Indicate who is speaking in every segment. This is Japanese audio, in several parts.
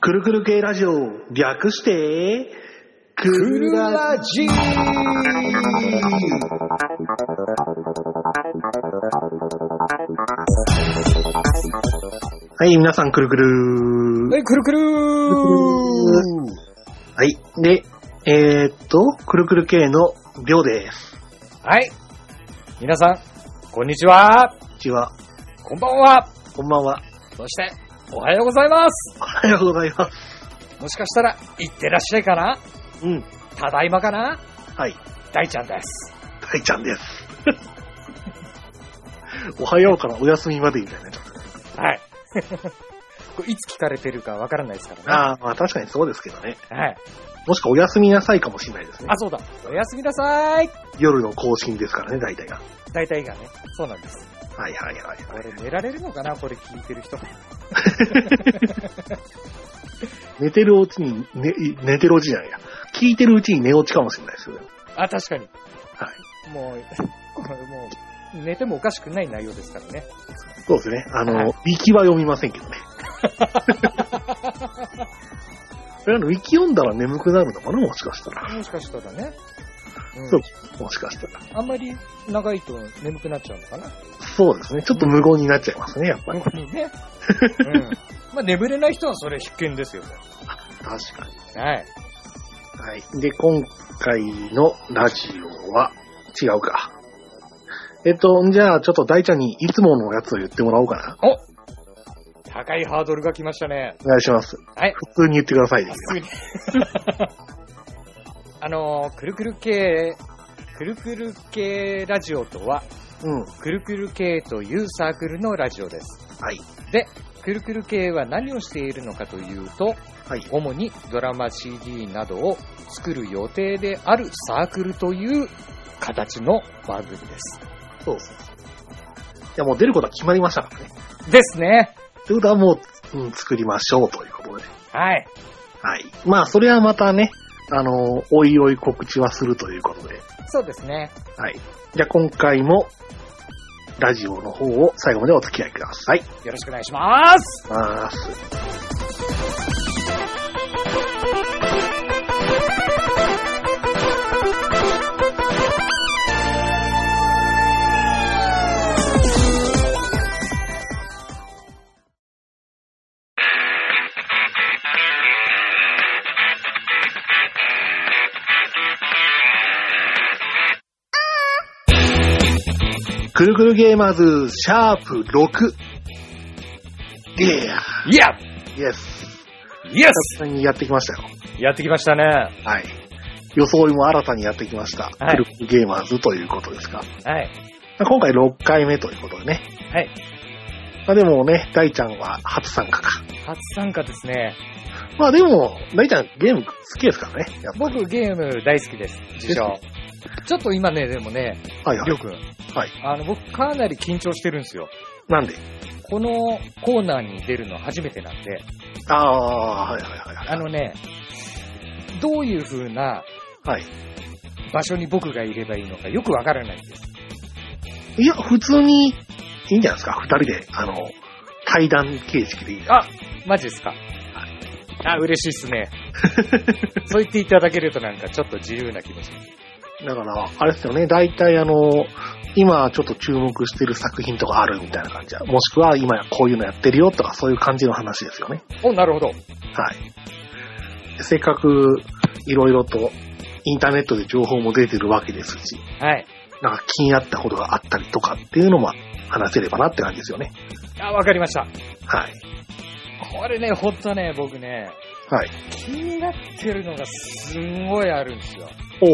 Speaker 1: くるくる系ラジオ、略して、く
Speaker 2: クル
Speaker 1: るラ
Speaker 2: ラ
Speaker 1: ジ
Speaker 2: ジー
Speaker 1: はい、皆さん、くるくる。
Speaker 2: はい、くるくるー
Speaker 1: はい。で、えー、っと、くるくる系のりょうです。
Speaker 2: はい。皆さん、こんにちは。
Speaker 1: こんにちは。
Speaker 2: こんばんは。
Speaker 1: こんばんは。
Speaker 2: そして、おはようございます。
Speaker 1: おはようございます。
Speaker 2: もしかしたら、いってらっしゃいかな
Speaker 1: うん。
Speaker 2: ただいまかな
Speaker 1: はい。
Speaker 2: 大ちゃんです。
Speaker 1: 大ちゃんです。 おはようからお休みまでみたいな。
Speaker 2: はい。 これいつ聞かれてるかわからないですからね。
Speaker 1: ああ、まあ確かにそうですけどね。
Speaker 2: はい。
Speaker 1: もしくはお休みなさいかもしれないですね
Speaker 2: あ、。そうだ。おやすみなさーい。
Speaker 1: 夜の更新ですからね、大体が。
Speaker 2: 大体がね。そうなんです。
Speaker 1: はいはいはいはい。
Speaker 2: 俺寝られるのかなこれ聞いてる人。
Speaker 1: 寝てるうちに、ね、寝てるうちじゃないや。聞いてるうちに寝落ちかもしれないですよ。
Speaker 2: あ、確かに。
Speaker 1: はい。
Speaker 2: もう、 これもう、寝てもおかしくない内容ですからね。
Speaker 1: そうですね。あ
Speaker 2: は
Speaker 1: の
Speaker 2: い、
Speaker 1: ウィキは読みませんけ どね。それあの、ウィキ読んだら眠くなるのかなもしかしたら。
Speaker 2: もしかしたらね。うん、
Speaker 1: そうもしかしたら。
Speaker 2: あんまり長いと眠くなっちゃうのかな。
Speaker 1: そうですね。ちょっと無言になっちゃいますね、やっぱり。
Speaker 2: 本当にね。うん。 まあ、眠れない人はそれ必見ですよね。
Speaker 1: 確かに。
Speaker 2: はい。
Speaker 1: はい。で、今回のラジオは、違うか。えっと、じゃあ、ちょっと大ちゃんにいつものやつを言ってもらおうかな。
Speaker 2: 高いハードルが来ましたね。
Speaker 1: お願いします。
Speaker 2: はい。
Speaker 1: 普通に言ってくださいね
Speaker 2: あ、。すぐに。 あのー、くるくる系、くるくる系ラジオとは、
Speaker 1: うん。
Speaker 2: くるくる系というサークルのラジオです。
Speaker 1: はい。
Speaker 2: くるくる系は何をしているのかというと、
Speaker 1: はい。
Speaker 2: 主にドラマ CD などを作る予定であるサークルという形の番組です。
Speaker 1: そうそうそう。いや、もう出ることは決まりましたからね。
Speaker 2: ですね。
Speaker 1: ということはもう、うん、作りましょうということで。
Speaker 2: はい。
Speaker 1: はい。まあ、それはまたね、あの、おいおい告知はするということで。
Speaker 2: そうですね。
Speaker 1: はい。じゃあ、今回も、ラジオの方を最後までお付き合いください。
Speaker 2: よろしくお願いします。
Speaker 1: まーす。くるくるゲーマーズ、シャープ6。いや
Speaker 2: いや
Speaker 1: イエス。
Speaker 2: イエ
Speaker 1: 久々にやってきましたよ。
Speaker 2: やってきましたね。は
Speaker 1: はい。装いも新たにやってきました。
Speaker 2: は
Speaker 1: ク
Speaker 2: い
Speaker 1: ルクルゲーマーズということですが。
Speaker 2: い。
Speaker 1: 今回6回目ということでね。
Speaker 2: はい。
Speaker 1: まあでもね、大ちゃんは初参加か。
Speaker 2: 初参加ですね。
Speaker 1: まあでも、大ちゃんゲーム好きですからね。やっぱり。
Speaker 2: 僕ゲーム大好きです。自称。ちょっと今ね、でもね、
Speaker 1: はいは
Speaker 2: りょう
Speaker 1: い。
Speaker 2: くん。
Speaker 1: はい。
Speaker 2: あの、僕かなり緊張してるんですよ。
Speaker 1: なんで
Speaker 2: このコーナーに出るの初めてなんで、
Speaker 1: ああ、はいはいはいはい。
Speaker 2: あのね、どういう風な
Speaker 1: はい。
Speaker 2: 場所に僕がいればいいのかよくわからないんです。
Speaker 1: いや、普通にいいんじゃないですか。二人で、あの、対談形式でいいんじゃない
Speaker 2: マジですかあ、嬉しいっ すね。そう言っていただけるとなんかちょっと自由な気持ち。
Speaker 1: だから、あれですよね、大体あの、今ちょっと注目してる作品とかあるみたいな感じやもしくは今こういうのやってるよとかそういう感じの話ですよね。
Speaker 2: お、なるほど。
Speaker 1: はい。せっかくいろいろとインターネットで情報も出てるわけですし、
Speaker 2: はい。
Speaker 1: なんか気になったことがあったりとかっていうのも話せればなって感じですよね。
Speaker 2: あ、わかりました。
Speaker 1: はい。
Speaker 2: これね、ほんとね、僕ね、
Speaker 1: はい。
Speaker 2: 気になってるのがすんごいあるんですよ。
Speaker 1: おう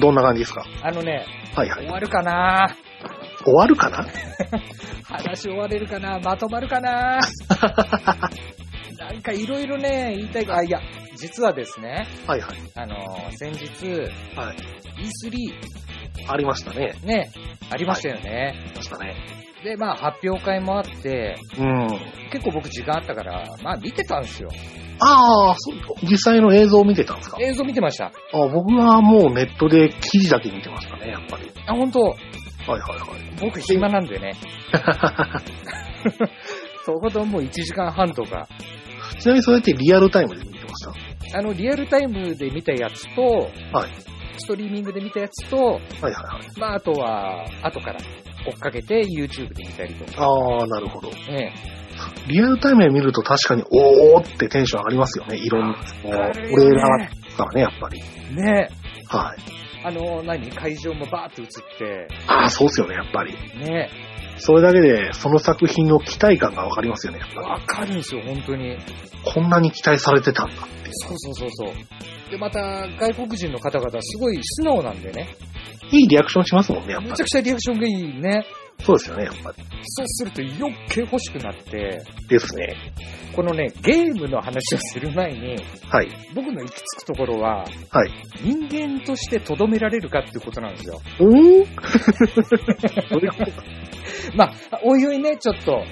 Speaker 1: どんな感じですか
Speaker 2: あのね、
Speaker 1: はいは
Speaker 2: 終
Speaker 1: い。
Speaker 2: わるかな
Speaker 1: 終わるかな
Speaker 2: 話終われるかなまとまるか ななんかいろいろね、言いたいが、あ、いや、実はですね、
Speaker 1: はいはい。
Speaker 2: あのー先日、
Speaker 1: はい
Speaker 2: E3
Speaker 1: ありましたね。
Speaker 2: ね、ありましたよね。
Speaker 1: ありましたね。
Speaker 2: で、まあ発表会もあって、
Speaker 1: うん。
Speaker 2: 結構僕時間あったから、まあ見てたんですよ。
Speaker 1: ああ、そう実際の映像を見てたんですか
Speaker 2: 映像見てました。
Speaker 1: あ僕はもうネットで記事だけ見てましたね、やっぱり。
Speaker 2: あ、本当
Speaker 1: はいはいはい。
Speaker 2: 僕暇なんでね。そこでもう1時間半とか
Speaker 1: ちなみにそれってリアルタイムで見てました。
Speaker 2: あの、リアルタイムで見たやつと、
Speaker 1: はい
Speaker 2: ストリーミングで見たやつと、
Speaker 1: はいはいはい。
Speaker 2: まあ、あとは、後から追っかけて YouTube で見たりとか。
Speaker 1: ああ、なるほど。
Speaker 2: ね
Speaker 1: リアルタイムで見ると確かに、おーってテンション上がりますよね。いろんな、こう俺らがからね、やっぱり。
Speaker 2: ね
Speaker 1: はい。
Speaker 2: あの、何会場もバーって映って、
Speaker 1: ああ、そうっすよね、やっぱり。
Speaker 2: ね
Speaker 1: それだけで、その作品の期待感がわかりますよね、やっぱ
Speaker 2: わかるんですよ、本当に。
Speaker 1: り。こんなに期待されてたんだって。
Speaker 2: そうそうそうそう。で、また、外国人の方々、すごい素直なんでね。
Speaker 1: いいリアクションしますもんね、やっ
Speaker 2: め
Speaker 1: ぱ
Speaker 2: ちゃくちゃリアクションがいいね。
Speaker 1: り。そうですよね、やっぱり。
Speaker 2: そうすると余計欲しくなって、
Speaker 1: ですね。
Speaker 2: このね、ゲームの話をする前に、
Speaker 1: はい。
Speaker 2: 僕の行き着くところは、
Speaker 1: はい
Speaker 2: 人間としてとどめられるかっていうことなんですよ。
Speaker 1: おー どういうこと
Speaker 2: まあ、おいおいね、ちょっと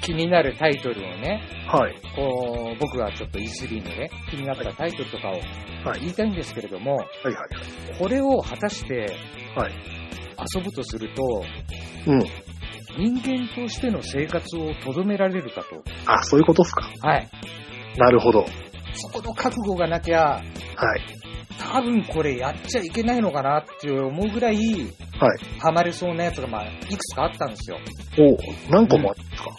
Speaker 2: 気になるタイトルをね、
Speaker 1: はい。
Speaker 2: こう、僕がちょっと E3 のね、気になったタイトルとかを
Speaker 1: はい
Speaker 2: 言いたいんですけれども、
Speaker 1: はいはい
Speaker 2: これを果たして
Speaker 1: はい。
Speaker 2: 遊ぶとすると、
Speaker 1: うん。
Speaker 2: 人間としての生活をとどめられるかと。
Speaker 1: あ、そういうことっすか。
Speaker 2: はい。
Speaker 1: なるほど。
Speaker 2: そこの覚悟がなきゃ、
Speaker 1: はい。
Speaker 2: 多分これやっちゃいけないのかなって思うぐらい、
Speaker 1: はい。
Speaker 2: ハマれそうなやつが、まあ、いくつかあったんですよ。
Speaker 1: おー何個もあるんですか、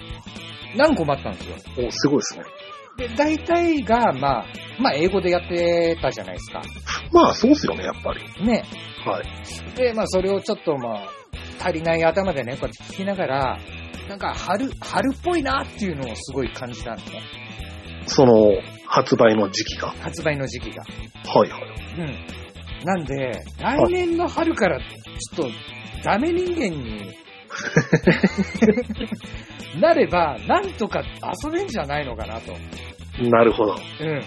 Speaker 2: 何個もあったんですよ。
Speaker 1: おーすごいですね。
Speaker 2: で、大体が、まあ、まあ、英語でやってたじゃないですか。
Speaker 1: まあ、そうっすよね、やっぱり。
Speaker 2: ね。
Speaker 1: はい。
Speaker 2: で、まあ、それをちょっと、まあ、足りない頭でね、こうやって聞きながら、なんか、春、春っぽいなっていうのをすごい感じたんですね。
Speaker 1: その、発売の時期が。
Speaker 2: 発売の時期が。
Speaker 1: はいはい。
Speaker 2: うん。なんで、来年の春から、ちょっと、ダメ人間に、なれば、なんとか遊べんじゃないのかなと。
Speaker 1: なるほど。
Speaker 2: うん。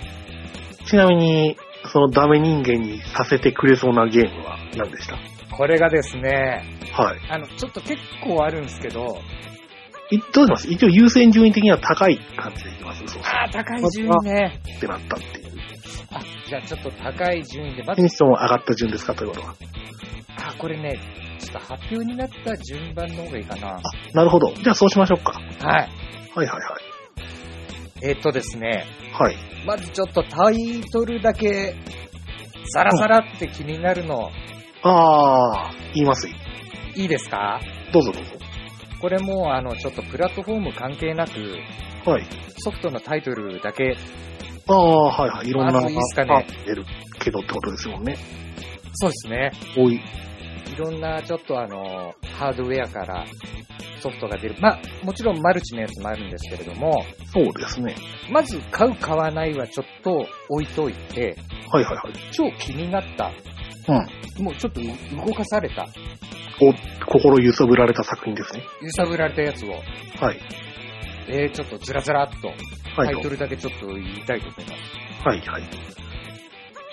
Speaker 1: ちなみに、そのダメ人間にさせてくれそうなゲームは何でした
Speaker 2: これがですね、
Speaker 1: はい。
Speaker 2: あの、ちょっと結構あるんですけど、
Speaker 1: いどうします一応優先順位的には高い感じでいきますそう
Speaker 2: ああ、高い順位ね。
Speaker 1: ってなったっていう。
Speaker 2: あ、じゃあちょっと高い順位で、まず
Speaker 1: テ、ンション上がった順ですかということは。
Speaker 2: あ、これね、ちょっと発表になった順番の方がいいかな。
Speaker 1: あ、なるほど。じゃあそうしましょうか。はい
Speaker 2: はい。
Speaker 1: はいは
Speaker 2: えっとですね、
Speaker 1: い。はい。
Speaker 2: まずちょっとタイトルだけ、サラサラって気になるの、
Speaker 1: あー、言いますよ。
Speaker 2: いいですか
Speaker 1: どうぞどう
Speaker 2: これも、あの、ちょっとプラットフォーム関係なく、
Speaker 1: ぞ。はい。
Speaker 2: ソフトのタイトルだけ、
Speaker 1: あー、はいはい。いろんな
Speaker 2: あといいっすかね
Speaker 1: あ出るけどってことですもんね。
Speaker 2: そうですね。
Speaker 1: おい。
Speaker 2: いろんな、ちょっとあの、ハードウェアからソフトが出る。まあ、もちろんマルチのやつもあるんですけれども、
Speaker 1: そうですね。
Speaker 2: まず買う買わないはちょっと置いといて、
Speaker 1: はいはいはい。
Speaker 2: 超気になった。もうちょっと動かされ
Speaker 1: う
Speaker 2: た。
Speaker 1: ん。お、心揺さぶられた作品ですね。
Speaker 2: 揺さぶられたやつを、
Speaker 1: はい。
Speaker 2: えー、ちょっとずらずらっと、
Speaker 1: は
Speaker 2: タ
Speaker 1: い。
Speaker 2: イトルだけちょっと言いたいと思います。
Speaker 1: はいはい。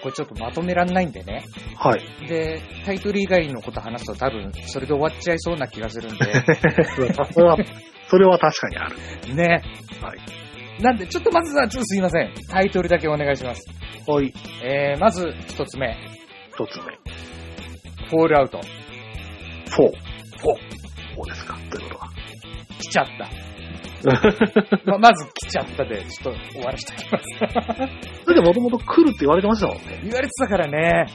Speaker 2: これちょっとまとめらんないんでね。
Speaker 1: はい。
Speaker 2: で、タイトル以外のこと話すと多分、それで終わっちゃいそうな気がするんで、
Speaker 1: それは、それは確かにある。
Speaker 2: ね。。
Speaker 1: はい
Speaker 2: なんで、ちょっとまずは、ちょっとすいません。タイトルだけお願いします。
Speaker 1: はい。
Speaker 2: えー、まず、一つ目。
Speaker 1: 一つ目。
Speaker 2: フォールアウト。
Speaker 1: 4。4。4ですかということは。
Speaker 2: 来ちゃった。ままず来ちゃったで、ちょっと終わらせておきます。
Speaker 1: それでもともと来るって言われてましたもんね。
Speaker 2: 言われてたからね。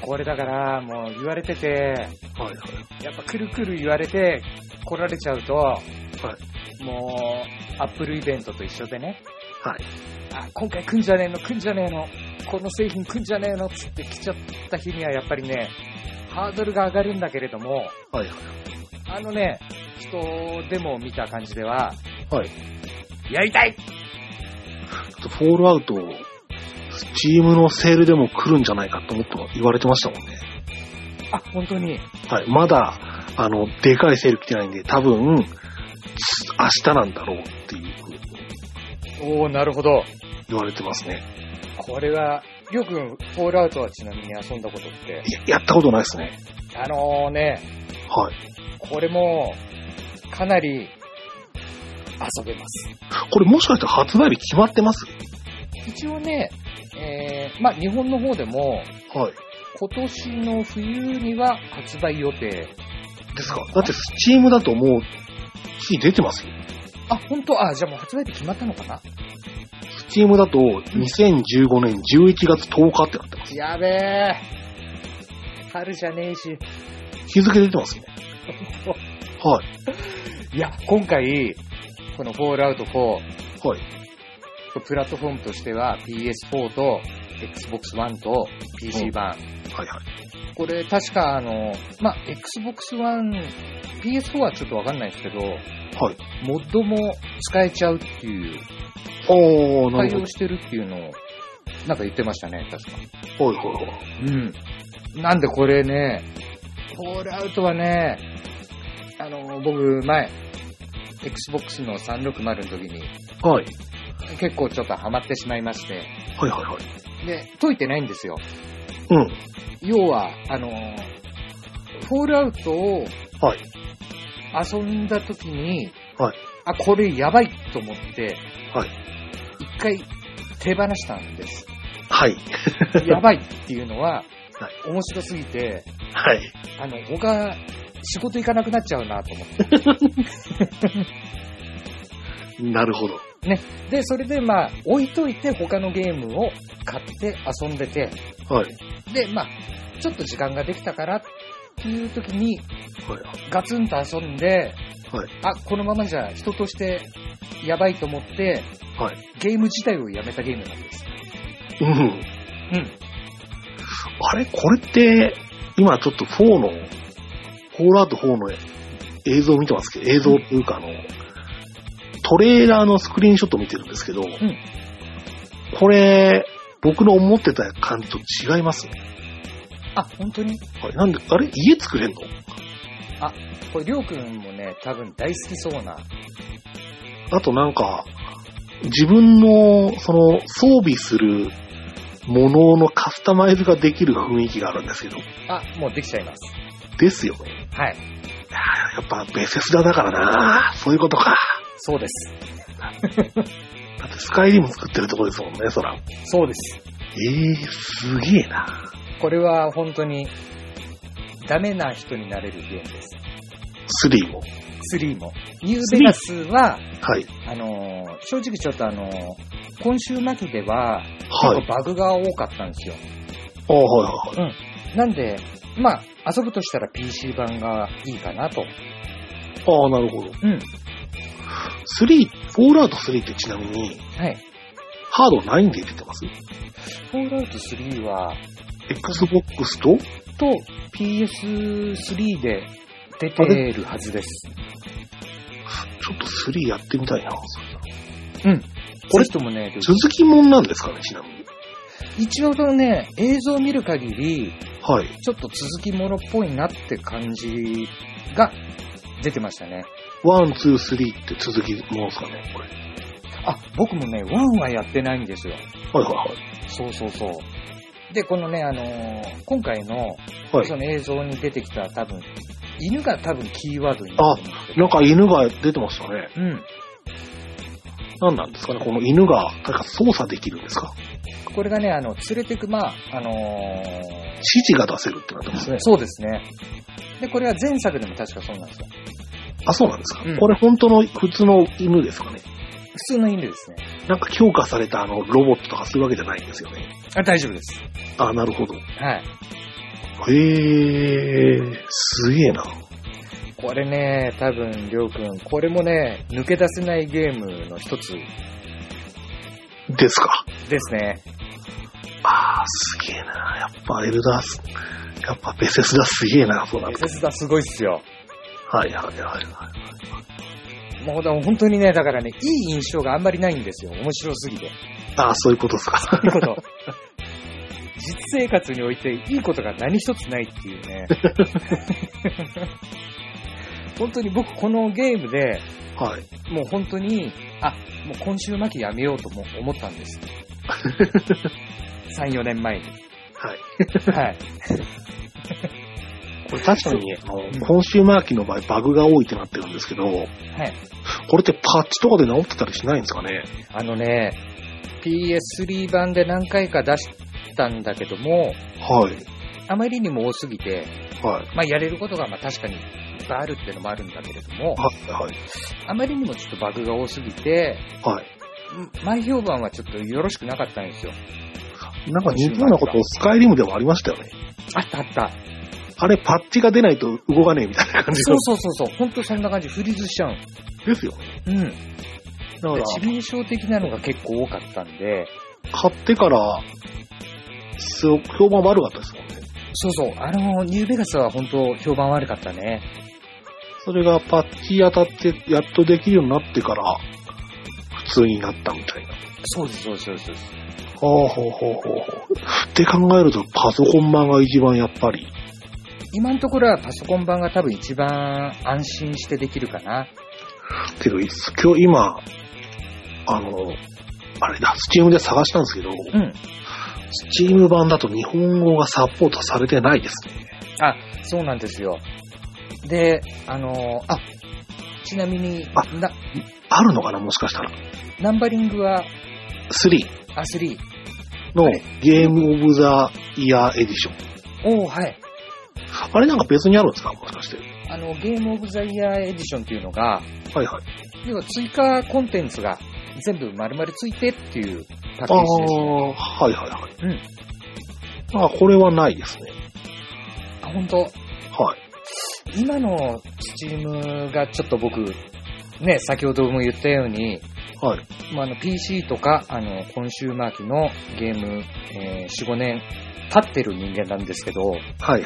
Speaker 2: これだから、もう言われてて、
Speaker 1: はいはい。
Speaker 2: やっぱくるくる言われて、来られちゃうと、もう、アップルイベントと一緒でね、
Speaker 1: はい。
Speaker 2: あ、今回来んじゃねえの、来んじゃねえの、この製品来んじゃねえの、つって来ちゃった日にはやっぱりね、ハードルが上がるんだけれども、
Speaker 1: はいはい。
Speaker 2: あのね、人デモを見た感じでは、
Speaker 1: はい。
Speaker 2: やりたい
Speaker 1: フォールアウト、スチームのセールでも来るんじゃないかと思っても言われてましたもんね。
Speaker 2: あ、本当に。
Speaker 1: はい。まだ、あの、でかいセール来てないんで、多分、明日なんだろうっていうふうに
Speaker 2: おー、なるほど。
Speaker 1: 言われてますね。
Speaker 2: これは、りょうくん、フォールアウトはちなみに遊んだことって、
Speaker 1: いや、やったことないですね。
Speaker 2: あのーね、
Speaker 1: はい。
Speaker 2: これも、かなり、遊べます。
Speaker 1: これもしかして発売日決まってます
Speaker 2: 一応ね、えー、まあ、日本の方でも、
Speaker 1: はい。
Speaker 2: 今年の冬には発売予定。
Speaker 1: ですかだって、スチームだともう、日出てますよ。
Speaker 2: あ、本当あ、じゃあもう発売日決まったのかな
Speaker 1: スチームだと2015年11月10日ってなってます。
Speaker 2: やべえ。春じゃねえし。
Speaker 1: 日付出て ますね。はい。
Speaker 2: いや、今回、このフォールアウト4、
Speaker 1: はい。
Speaker 2: プラットフォームとしては PS4 と Xbox One と PC 版。
Speaker 1: はいはい。
Speaker 2: これ確かあの、まあ、Xbox One、PS4 はちょっとわかんないですけど、
Speaker 1: はい。
Speaker 2: モッドも使えちゃうっていう、
Speaker 1: おー、な
Speaker 2: 対
Speaker 1: る
Speaker 2: 応してるっていうのを、なんか言ってましたね、確か。
Speaker 1: ほど。はいはいはい。
Speaker 2: うん。なんでこれね、フォールアウトはね、あの、僕、前、Xbox の360の時に、
Speaker 1: はい。
Speaker 2: 結構ちょっとハマってしまいまして、
Speaker 1: はいはいはい。
Speaker 2: で、解いてないんですよ。
Speaker 1: うん。
Speaker 2: 要は、あの、フォールアウトを
Speaker 1: はい。
Speaker 2: 遊んだ時に、
Speaker 1: はい
Speaker 2: あ、これやばいと思って、
Speaker 1: はい
Speaker 2: 一回手放した んです。
Speaker 1: はい。
Speaker 2: やばいっていうのは、
Speaker 1: は
Speaker 2: 面白すぎて、
Speaker 1: はい。
Speaker 2: あの、他、仕事行かなくなっちゃうなと 思って。
Speaker 1: なるほど。
Speaker 2: で、それでまあ、置いといて他のゲームを買って遊んでて、
Speaker 1: はい。
Speaker 2: で、まあ、ちょっと時間ができたからっていう時に、
Speaker 1: はい。
Speaker 2: ガツンと遊んで、
Speaker 1: はい
Speaker 2: あ、このままじゃ人としてやばいと思って、
Speaker 1: はい。
Speaker 2: ゲーム自体をやめたゲームなんです。
Speaker 1: うん。
Speaker 2: うん。
Speaker 1: あれこれって、今ちょっと4の、フォールアウト4の映像を見てますけど、映像っていうかあの、トレーラーのスクリーンショットを見てるんですけど、
Speaker 2: ん
Speaker 1: これ、僕の思ってた感じと違いますね。
Speaker 2: あ、本当に
Speaker 1: はいなんで、あれ家作れんの
Speaker 2: これ、りょうくんもね、多分大好きそうな。
Speaker 1: あとなんか、自分の、その、装備するもののカスタマイズができる雰囲気があるんですけど、
Speaker 2: あ、もうできちゃいます。
Speaker 1: ですよね。
Speaker 2: はい。
Speaker 1: やっぱ、ベセスダだからなそういうことか。
Speaker 2: そうです。
Speaker 1: だってスカイリム作ってるとこですもんね、そら。
Speaker 2: そうです。
Speaker 1: ええすげえな。
Speaker 2: これは本当に、ダメな人になれるゲームです。
Speaker 1: 3も。
Speaker 2: 3も。ニューベガスは、
Speaker 1: はい。
Speaker 2: あのー正直ちょっとあのー今週末では、
Speaker 1: は
Speaker 2: 結
Speaker 1: い。
Speaker 2: 構バグが多かったんですよ。
Speaker 1: あはいはいは
Speaker 2: なんで、まあ、遊ぶとしたら PC 版がいいかなと。
Speaker 1: い。ああ、なるほど。
Speaker 2: う
Speaker 1: 3、
Speaker 2: ん。
Speaker 1: フォールアウト3ってちなみに、
Speaker 2: はい。
Speaker 1: ハードないんで出てます
Speaker 2: フォールアウト3は、
Speaker 1: ?Xbox と
Speaker 2: と PS3 で出てるはずです。
Speaker 1: ちょっと3やってみたいな。
Speaker 2: これともね、
Speaker 1: 続きもんなんですかね、ちなみに。
Speaker 2: 一応のね、映像を見る限り、
Speaker 1: はい。
Speaker 2: ちょっと続きものっぽいなって感じが出てましたね。
Speaker 1: 1、2、3って続きもんですかね、これ。
Speaker 2: あ、僕もね、ワンはやってないんですよ。
Speaker 1: はいはいはい。
Speaker 2: そうそうそう。で、このね、あのー今回の、
Speaker 1: はい
Speaker 2: その映像に出てきた多分、犬が多分キーワードになると思うんです
Speaker 1: な
Speaker 2: けど
Speaker 1: んか犬が出てましたね。
Speaker 2: うん。
Speaker 1: 何なんですかね、この犬が、なんか操作できるんですか
Speaker 2: これがね、あの、連れてく、まあ、あのー
Speaker 1: 指示が出せるってなってますね。
Speaker 2: そうですね。で、これは前作でも確かそうなんですよ。
Speaker 1: あ、そうなんですか、
Speaker 2: うん
Speaker 1: これ本当の普通の犬ですかね
Speaker 2: 普通の犬ですね。
Speaker 1: なんか強化されたあのロボットとかするわけじゃないんですよね。
Speaker 2: あ、大丈夫です。
Speaker 1: あ、なるほど。
Speaker 2: はい。
Speaker 1: へえ、すげえな。
Speaker 2: これね、多分、りょうくん、これもね、抜け出せないゲームの一つ
Speaker 1: ですか。
Speaker 2: ですね。
Speaker 1: ああ、すげえな。やっぱエルダース、やっぱベセスダすげえな、そうなん
Speaker 2: ベ
Speaker 1: です。
Speaker 2: セスダすごいっすよ。
Speaker 1: はいはいはいはい。
Speaker 2: もう、でも本当にね、だからね、いい印象があんまりないんですよ。面白すぎて。
Speaker 1: ああ、そういうことですか。
Speaker 2: いいこと。実生活においていいことが何一つないっていうね。本当に僕このゲームで
Speaker 1: はい。
Speaker 2: もう本当に、あ、もう今週末期やめようとも思ったんです。3、4年前に。
Speaker 1: はい。
Speaker 2: はい。
Speaker 1: これ確かに、あの、
Speaker 2: ん
Speaker 1: 今週末期の場合バグが多いってなってるんですけど、
Speaker 2: はい。
Speaker 1: これってパッチとかで直ってたりしないんですかね
Speaker 2: あのね、PS3 版で何回か出したんだけども、
Speaker 1: はい。
Speaker 2: あまりにも多すぎて、
Speaker 1: はい。
Speaker 2: まあやれることがまあ確かにぱいあるっていうのもあるんだけれど
Speaker 1: は
Speaker 2: も、
Speaker 1: い、はい、
Speaker 2: あまりにもちょっとバグが多すぎて、
Speaker 1: はい。
Speaker 2: ん前評判はちょっとよろしくなかったんですよ。
Speaker 1: なんか似たようなこと、スカイリムでもありましたよね。
Speaker 2: あったあった。
Speaker 1: あれ、パッチが出ないと動かねえみたいな感じ
Speaker 2: そうそうそうそう。ほんとそんな感じ。フリーズしちゃう。
Speaker 1: ですよね。
Speaker 2: うん。
Speaker 1: だから、
Speaker 2: 致命傷的なのが結構多かったんで、
Speaker 1: 買ってから、そう評判悪かったですもんね。
Speaker 2: そうそう。あの、ニューベガスは本当評判悪かったね。
Speaker 1: それがパッチ当たって、やっとできるようになってから、普通になったみたいな。
Speaker 2: そうです、そうです、そうです。
Speaker 1: ほうほうほうほうほう。って考えると、パソコン版が一番やっぱり、
Speaker 2: 今のところはパソコン版が多分一番安心してできるかな。
Speaker 1: けど、今日今、あの、あれだ、スチームで探したんですけど、
Speaker 2: うん。
Speaker 1: スチーム版だと日本語がサポートされてないですね。
Speaker 2: あ、そうなんですよ。で、あの、あ、ちなみに、
Speaker 1: あ
Speaker 2: な
Speaker 1: あるのかなもしかしたら。
Speaker 2: ナンバリングは、
Speaker 1: 3
Speaker 2: あ、3。
Speaker 1: のゲームオブザイヤーエディション。
Speaker 2: おー、はい。
Speaker 1: あれなんか別にあるんですかもしかして。
Speaker 2: あの、ゲームオブザイヤーエディションっていうのが、
Speaker 1: はいはい。
Speaker 2: 要は追加コンテンツが全部丸々ついてっていうパッケ
Speaker 1: ああ
Speaker 2: ージですね。
Speaker 1: ー、はいはいはい。
Speaker 2: うん。
Speaker 1: あこれはないですね。
Speaker 2: あ、本当
Speaker 1: はい。
Speaker 2: 今のスチームがちょっと僕、ね、先ほども言ったように、
Speaker 1: はい。
Speaker 2: まあ、あの PC とか、あの、コンシューマー機のゲーム、えー、4、5年経ってる人間なんですけど、
Speaker 1: はいはい。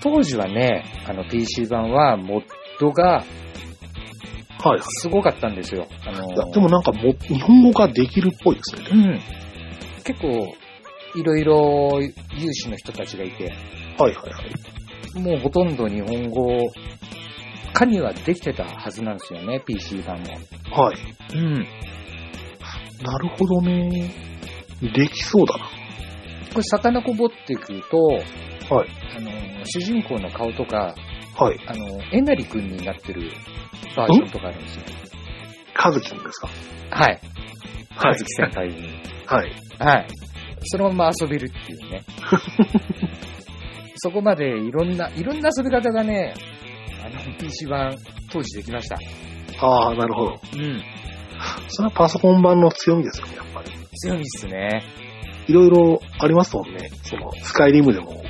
Speaker 2: 当時はね、あの PC 版はモッド
Speaker 1: は
Speaker 2: が
Speaker 1: いはい。
Speaker 2: すごかったんですよ。あの
Speaker 1: いやでもなんかもう、日本語ができるっぽいですね。
Speaker 2: うん。結構、いろいろ有志の人たちがいて、
Speaker 1: はいはいはい。
Speaker 2: もうほとんど日本語、加入はできてたはずなんですよね、PC 版も。
Speaker 1: はい。
Speaker 2: うん。
Speaker 1: なるほどね。できそうだな。
Speaker 2: これ、魚こぼっていくと、
Speaker 1: はい。
Speaker 2: あの、主人公の顔とか、
Speaker 1: はい。
Speaker 2: あの、えなりくんになってるバージョンとかあるんですよ。
Speaker 1: かずきんですか
Speaker 2: はい。
Speaker 1: は
Speaker 2: か
Speaker 1: い
Speaker 2: ずき先輩に。
Speaker 1: はい。
Speaker 2: はい。そのまま遊べるって いうね。そこまでいろんな、いろんな遊び方がね、あの、PC 版当時できました。
Speaker 1: ああ、なるほど。
Speaker 2: うん。
Speaker 1: それはパソコン版の強みですよね、やっぱり。
Speaker 2: 強みっすね。
Speaker 1: いろいろありますもんね。その、スカイリムでも、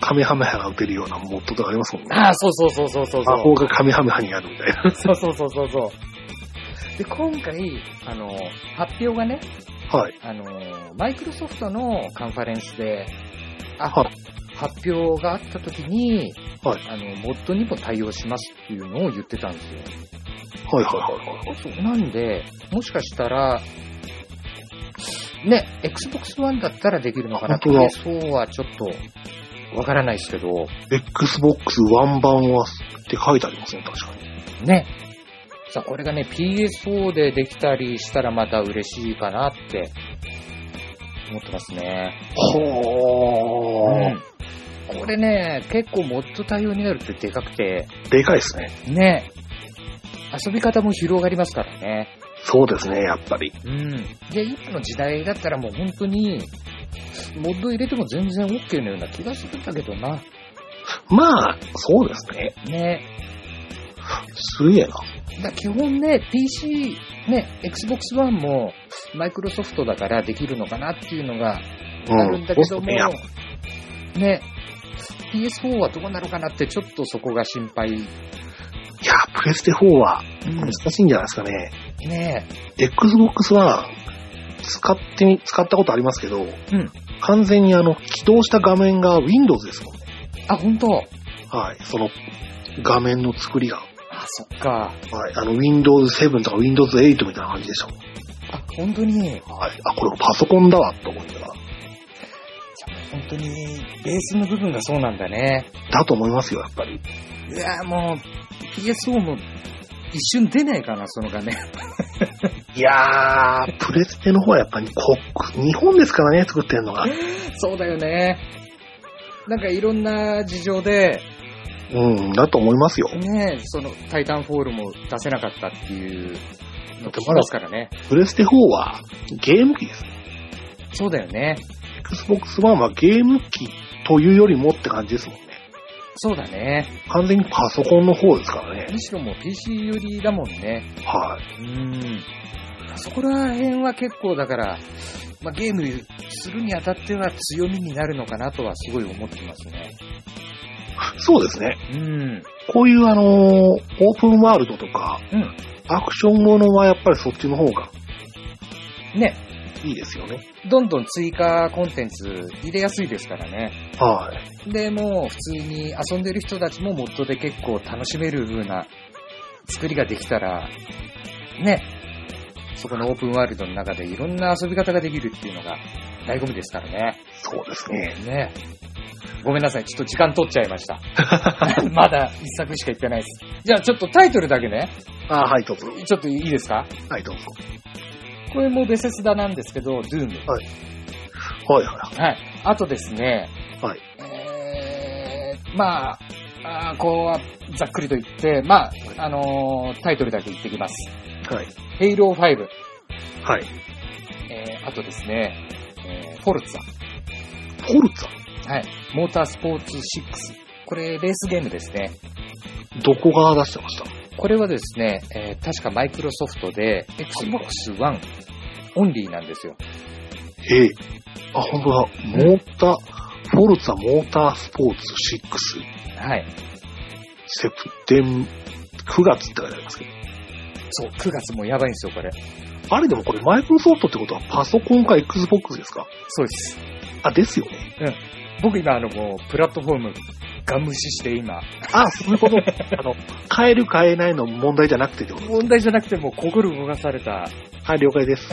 Speaker 1: カメハメハが打てるようなモッドとかありますもんね。
Speaker 2: ああ、そうそうそうそうそうそう。
Speaker 1: 魔法がカメハメハにあるみたいな。
Speaker 2: そうそうそうそうそう。で、今回、あの、発表がね、
Speaker 1: はい。
Speaker 2: あの、マイクロソフトのカンファレンスで、あ、
Speaker 1: はい
Speaker 2: 発表があった時に、
Speaker 1: はい
Speaker 2: あの、モッドにも対応しますっていうのを言ってたんですよ。
Speaker 1: はいはいはいはい。
Speaker 2: なんで、もしかしたら、ね、Xbox One だったらできるのかなって
Speaker 1: あ本、
Speaker 2: そうはちょっと、わからないですけど、
Speaker 1: Xbox 1版はって書いてありますね、確かに。
Speaker 2: ね。さあ、これがね、PS4 でできたりしたらまた嬉しいかなって思ってますね。う
Speaker 1: ほー。
Speaker 2: ん。これね、結構モッド対応になるってでかくて、
Speaker 1: でかいですね。
Speaker 2: ね。遊び方も広がりますからね。
Speaker 1: そうですね、やっぱり。
Speaker 2: うん。で、今の時代だったらもう本当に、モッド入れても全然 OK のような気がするんだけどな。
Speaker 1: まあ、そうですね。
Speaker 2: ね。
Speaker 1: すげえな。
Speaker 2: だ基本ね、PC、ね、Xbox One も、マイクロソフトだからできるのかなっていうのがあるんだけども、
Speaker 1: いや
Speaker 2: ね、PS4 はどうなのかなって、ちょっとそこが心配。
Speaker 1: いや、プレステ4は難しいんじゃないですかね。
Speaker 2: ね
Speaker 1: Xbox は使ってみ、使ったことありますけど、
Speaker 2: うん
Speaker 1: 完全にあの、起動した画面が Windows ですもんね。
Speaker 2: あ、本当
Speaker 1: はい。その、画面の作りが。
Speaker 2: あ、そっか。
Speaker 1: はい。あの、Windows 7とか Windows 8みたいな感じでしたもん。
Speaker 2: あ、本当に、
Speaker 1: はい。あ、これパソコンだわ、と思いながら。
Speaker 2: 本当に、ベースの部分がそうなんだね。
Speaker 1: だと思いますよ、やっぱり。
Speaker 2: いや、もう、PS4 も、一瞬出ないかな、その画面。
Speaker 1: いやー、プレステの方はやっぱり国、日本ですからね、作ってんのが。
Speaker 2: そうだよね。なんかいろんな事情で、
Speaker 1: うん、だと思いますよ。
Speaker 2: ねえ、その、タイタンフォールも出せなかったっていうのと
Speaker 1: だって
Speaker 2: ま
Speaker 1: まだ
Speaker 2: ですからね。
Speaker 1: プレステ4はゲーム機です。
Speaker 2: そうだよね。
Speaker 1: Xbox One はゲーム機というよりもって感じですもんね。
Speaker 2: そうだね。
Speaker 1: 完全にパソコンの方ですからね。
Speaker 2: むしろもう PC 寄りだもんね。
Speaker 1: はい。
Speaker 2: うん。そこら辺は結構だから、まあ、ゲームするにあたっては強みになるのかなとはすごい思ってますね。
Speaker 1: そうですね。
Speaker 2: うん。
Speaker 1: こういうあのーオープンワールドとか、
Speaker 2: うん
Speaker 1: アクションものはやっぱりそっちの方が
Speaker 2: ね。
Speaker 1: いいですよね。
Speaker 2: どんどん追加コンテンツ入れやすいですからね。
Speaker 1: はい。
Speaker 2: で、もう普通に遊んでる人たちもモッドで結構楽しめる風な作りができたら、ね、そこのオープンワールドの中でいろんな遊び方ができるっていうのが醍醐味ですからね。
Speaker 1: そうですね。
Speaker 2: ね。ごめんなさい。ちょっと時間取っちゃい ました。まだ一作しか言ってないです。じゃあちょっとタイトルだけね。
Speaker 1: あはい、どうぞ。
Speaker 2: ちょっといいですか
Speaker 1: はい、どうぞ。
Speaker 2: これもベセスダなんですけど、ドゥーム。
Speaker 1: はい、は
Speaker 2: はい。あとですね、
Speaker 1: はい。
Speaker 2: えー、まあ、あーこう、ざっくりと言って、まあ、あのータイトルだけ言ってきます。
Speaker 1: い。はい。
Speaker 2: ヘイロー5、
Speaker 1: はい。
Speaker 2: えー、あとですね、えー、フォルツ
Speaker 1: フォルツ
Speaker 2: ァ、はい。モータースポーツ6。これ、レースゲームですね。
Speaker 1: ァどこが出してました
Speaker 2: これはですね、えー、確かマイクロソフトで、Xbox One オンリーなんですよ。
Speaker 1: ええあ、本当だ。モーター、フォルツァモータースポーツ6、
Speaker 2: はい。
Speaker 1: セプテン、9月って書いてありますけど。
Speaker 2: そう、9月もやばいんですよ、これ。
Speaker 1: あれでもこれマイクロソフトってことはパソコンか Xbox ですか
Speaker 2: そうです。
Speaker 1: あ、ですよね。
Speaker 2: 僕今、あの、もう、プラットフォーム、ガン無視して今、
Speaker 1: あ、そういうこと。あの、買える買えないの問題じゃなくてってこと
Speaker 2: 問題じゃなくてもう心動かされた。
Speaker 1: はい、了解です。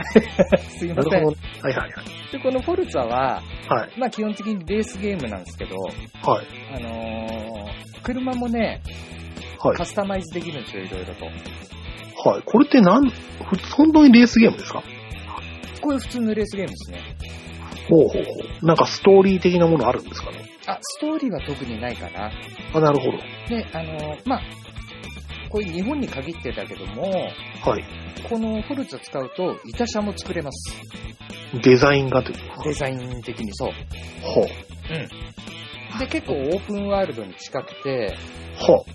Speaker 2: すい
Speaker 1: な
Speaker 2: ま
Speaker 1: る
Speaker 2: せん。
Speaker 1: ほど。はいはいはい。
Speaker 2: で、このフォルツァは、
Speaker 1: はい。
Speaker 2: まあ基本的にレースゲームなんですけど、
Speaker 1: はい。
Speaker 2: あのー車もね、
Speaker 1: はい
Speaker 2: カ。スタマイズできるんですよ、いろいろと。
Speaker 1: はい。これってなん、ふ本当にレースゲームですか
Speaker 2: これ普通のレースゲームですね。
Speaker 1: ほうほうほう。なんかストーリー的なものあるんですかね
Speaker 2: あ、ストーリーは特にないかな。
Speaker 1: あ、なるほ
Speaker 2: で、あのーまあ、これ日本に限ってだけども、
Speaker 1: ど。はい。
Speaker 2: このフォルツァ使うと、板車も作れます。
Speaker 1: デザインがというか
Speaker 2: デザイン的にそう。
Speaker 1: ほう。
Speaker 2: で、結構オープンワールドに近くて、
Speaker 1: ほ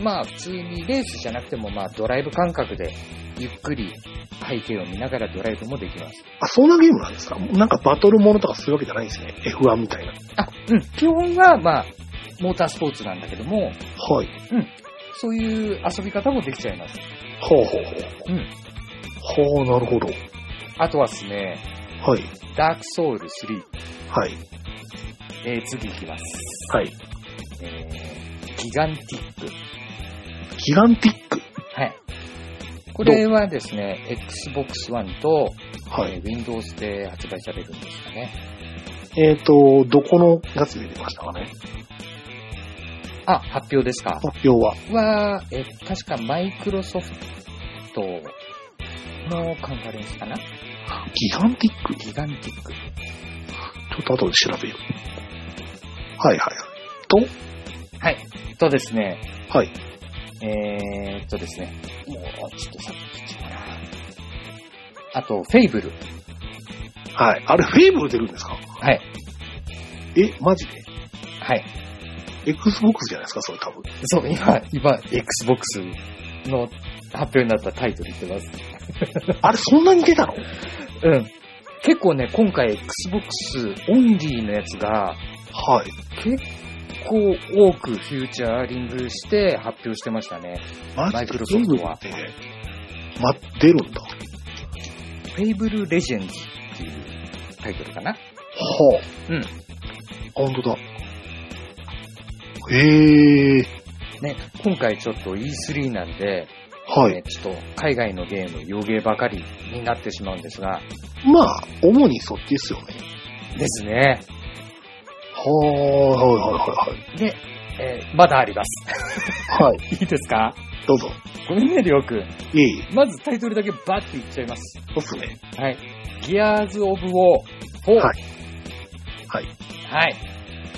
Speaker 1: う。
Speaker 2: まあ普通にレースじゃなくてもまあドライブ感覚でゆっくり背景を見ながらドライブもできます。
Speaker 1: あ、そんなゲームなんですかなんかバトルものとかするわけじゃないんですね。F1 みたいな。
Speaker 2: あ、うん。基本はまあモータースポーツなんだけども、
Speaker 1: はい。
Speaker 2: そういう遊び方もできちゃいます。
Speaker 1: ほうほう
Speaker 2: うん。
Speaker 1: ほう。ほう、なるほど。
Speaker 2: あとはですね、
Speaker 1: はい。
Speaker 2: ダークソウル3。
Speaker 1: はい。
Speaker 2: えー、次いきます。
Speaker 1: はい。
Speaker 2: えー、ギガンティック。
Speaker 1: ギガンティック。
Speaker 2: はい。これはですね、Xbox One と、
Speaker 1: は
Speaker 2: え
Speaker 1: い。
Speaker 2: ー Windows で発売されるんですかね。
Speaker 1: えっ、と、どこのやつで出ましたかね
Speaker 2: あ、発表ですか
Speaker 1: 発表は。
Speaker 2: は、え、確かマイクロソフトのカンファレンスかな
Speaker 1: ギガンティックち
Speaker 2: ギガンティック。
Speaker 1: ょっと後で調べよう。はいはいはい。と
Speaker 2: はい。とですね、
Speaker 1: はい。
Speaker 2: えーっとですね、もうちょっと先に行っちゃおうかな。あと、フェイブル。
Speaker 1: はい。あれ、フェイブル出るんですか
Speaker 2: はい。
Speaker 1: え、マジで
Speaker 2: はい。
Speaker 1: ?Xbox じゃないですかそれ多分。
Speaker 2: そう、今、今、Xbox の発表になったタイトル言ってます。
Speaker 1: あれ、そんなに出たの
Speaker 2: うん。結構ね、今回 Xbox オンリーのやつが
Speaker 1: はい。
Speaker 2: 結構多くフューチャーリングして発表してましたね。
Speaker 1: マ
Speaker 2: マイ
Speaker 1: ジ
Speaker 2: ク
Speaker 1: で
Speaker 2: ロ
Speaker 1: フェイ
Speaker 2: ソフ
Speaker 1: ブ
Speaker 2: ト
Speaker 1: ル
Speaker 2: は
Speaker 1: って、ま、出るんだ。
Speaker 2: フェイブルレジェンズっていうタイトルかな。
Speaker 1: はあ。
Speaker 2: う
Speaker 1: あ。
Speaker 2: ん
Speaker 1: 本当だ。へえ。
Speaker 2: ね、今回ちょっと E3 なんで、
Speaker 1: はい
Speaker 2: ね。ちょっと海外のゲーム、洋芸ばかりになってしまうんですが、
Speaker 1: まあ、主にそっちですよね。
Speaker 2: ですね。
Speaker 1: はーい、はい、はい、
Speaker 2: で、えーまだあります。
Speaker 1: はい。はい、
Speaker 2: いいですか
Speaker 1: どうぞ。
Speaker 2: ごめんね、りょうくん。
Speaker 1: いえいえ、
Speaker 2: まずタイトルだけバッていっちゃいます。
Speaker 1: そうっすね。
Speaker 2: はい。ギアーズ・オブ・ウォー4。
Speaker 1: はい。はい。
Speaker 2: はい。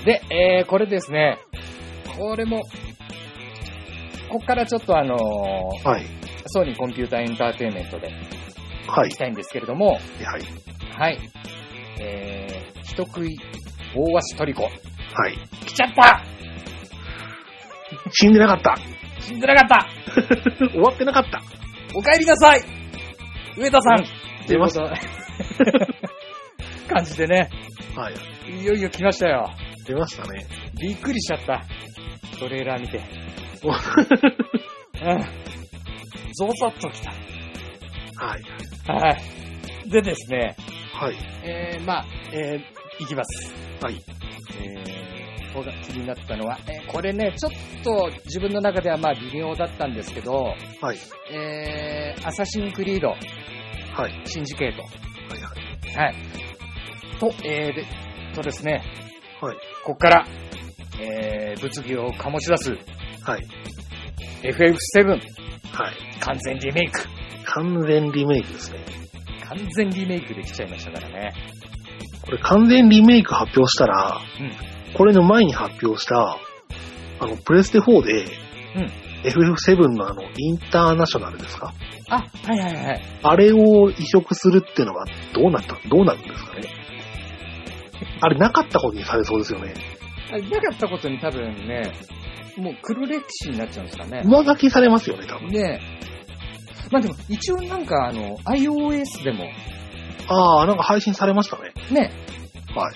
Speaker 2: で、えー、これですね。これも、こっからちょっとあのー
Speaker 1: はい、
Speaker 2: ソニーコンピューターエンターテインメントで
Speaker 1: はい
Speaker 2: き、たいんですけれども、
Speaker 1: はい、
Speaker 2: はい。えー、人食い、大足トリコ。
Speaker 1: はい。
Speaker 2: 来ちゃった
Speaker 1: 死んでなかった。
Speaker 2: 死んでなかった
Speaker 1: 終わってなかった。
Speaker 2: お帰りなさい上田さん
Speaker 1: 出ました
Speaker 2: ということ 感じでね、
Speaker 1: はい。
Speaker 2: いよいよ来ましたよ。
Speaker 1: 出ました ね。
Speaker 2: びっくりしちゃった。トレーラー見て。
Speaker 1: お
Speaker 2: うん。 ゾゾッと来た。
Speaker 1: はい。
Speaker 2: はい。でですね、
Speaker 1: はい。
Speaker 2: えー、まあ、えー、いきます。
Speaker 1: はい。
Speaker 2: えー、ここが気になったのは、えー、これね、ちょっと自分の中ではまあ微妙だったんですけど、
Speaker 1: はい。
Speaker 2: えー、アサシンクリード、
Speaker 1: はい。
Speaker 2: シンジケート。
Speaker 1: はい。
Speaker 2: はい。と、えー、で、とですね、
Speaker 1: はい。
Speaker 2: ここから、えー、物議を醸し出す
Speaker 1: はい。
Speaker 2: FF7
Speaker 1: はい。
Speaker 2: 完全リメイク。
Speaker 1: 完全リメイクですね。
Speaker 2: 完全リメイクできちゃいましたからね。
Speaker 1: これ完全リメイク発表したら、これの前に発表した、あの、プレステ4で、
Speaker 2: うん。
Speaker 1: FF7 のあの、インターナショナルですか
Speaker 2: あ、はいはいはい。
Speaker 1: あれを移植するっていうのがどうなった、どうなるんですかねあれなかったことにされそうですよね。
Speaker 2: あなかったことに多分ね、もう黒歴史になっちゃうんですかね。
Speaker 1: 上書きされますよね、多分。
Speaker 2: ねえ。まあでも、一応なんかあの、iOS でも、
Speaker 1: ああ、なんか配信されましたね。
Speaker 2: ね、
Speaker 1: は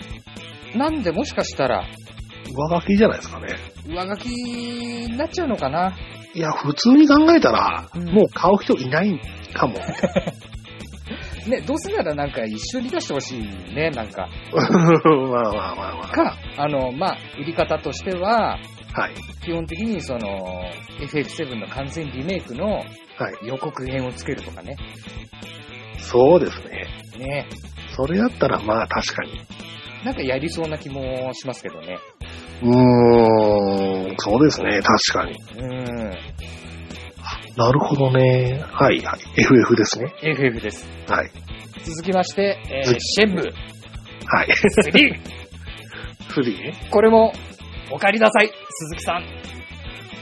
Speaker 1: い。
Speaker 2: なんでもしかしたら、
Speaker 1: 上書きじゃないですかね。
Speaker 2: 上書きになっちゃうのかな。
Speaker 1: いや、普通に考えたら、
Speaker 2: うん
Speaker 1: もう買う人いないかも。
Speaker 2: ね、どうせならなんか一緒に出してほしいね、なんか。
Speaker 1: まあまあまあま
Speaker 2: か、あの、まあ、売り方としては、
Speaker 1: あ。はい。
Speaker 2: 基本的にその、FF7 の完全リメイクの
Speaker 1: はい。
Speaker 2: 予告編をつけるとかね。
Speaker 1: そうですね。
Speaker 2: ね
Speaker 1: それだったらまあ確かに。
Speaker 2: なんかやりそうな気もしますけどね。
Speaker 1: うーん、そうですね。確かに。
Speaker 2: うん。
Speaker 1: なるほどね。はいはい。FF ですね。
Speaker 2: FF です。
Speaker 1: はい。
Speaker 2: 続きまして、えー
Speaker 1: 続き
Speaker 2: シェンブー
Speaker 1: はい。
Speaker 2: 3。
Speaker 1: 3ね。
Speaker 2: これも、お帰りなさい、鈴木さん。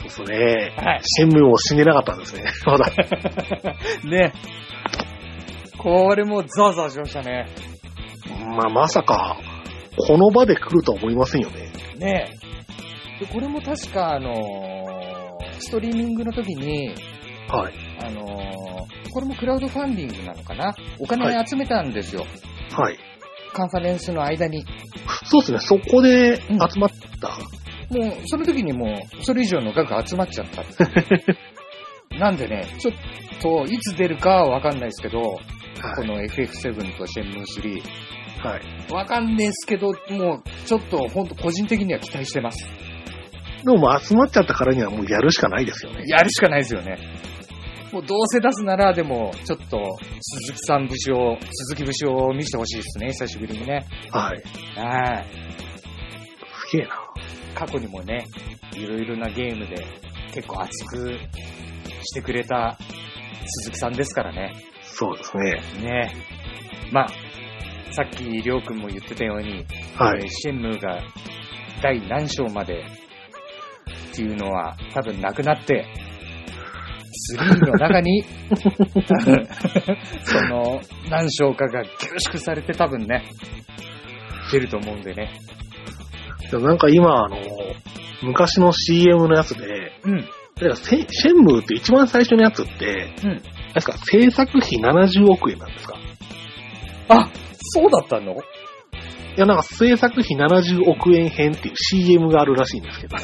Speaker 1: そうですね。
Speaker 2: はい。
Speaker 1: 新聞を死んでなかったんですね。 まだ。
Speaker 2: ねこれもザワザワしましたね。
Speaker 1: まあまさか、この場で来るとは思いませんよね。
Speaker 2: ねえ。で、これも確か、あのーストリーミングの時に、
Speaker 1: はい。
Speaker 2: あのーこれもクラウドファンディングなのかなお金
Speaker 1: は
Speaker 2: 集めたんですよ。
Speaker 1: はい。
Speaker 2: カンファレンスの間に。
Speaker 1: そうですね。そこで集まった。
Speaker 2: もう、その時にもう、それ以上の額集まっちゃったって。 なんでね、ちょっと、いつ出るかはわかんないですけど、こ
Speaker 1: はい。
Speaker 2: の FF7 とシェンムー
Speaker 1: はい。
Speaker 2: 3、わかんないですけど、もう、ちょっと、ほんと、個人的には期待してます。
Speaker 1: でもまあ集まっちゃったからにはもうやるしかないですよね。
Speaker 2: やるしかないですよね。もう、どうせ出すなら、でも、ちょっと、鈴木さん節を、鈴木節を見せてほしいですね、久しぶりにね。
Speaker 1: はい。
Speaker 2: はい。
Speaker 1: すげえな。
Speaker 2: 過去にもね、いろいろなゲームで結構熱くしてくれた鈴木さんですからね。
Speaker 1: そうですね。
Speaker 2: ねえまあ、さっきりょうくんも言ってたように、
Speaker 1: は
Speaker 2: えー
Speaker 1: い。
Speaker 2: シェンムーが第何章までっていうのは多分なくなって、3の中 に、その何章かが凝縮されて多分ね、出ると思うんでね。
Speaker 1: でもなんか今、あの、昔の CM のやつで、
Speaker 2: うん、
Speaker 1: だからせシェンムーって一番最初のやつって、
Speaker 2: うん。
Speaker 1: なんですか、制作費70億円なんですか
Speaker 2: あ、そうだったの
Speaker 1: いや、なんか制作費70億円編っていう CM があるらしいんですけ ど。あ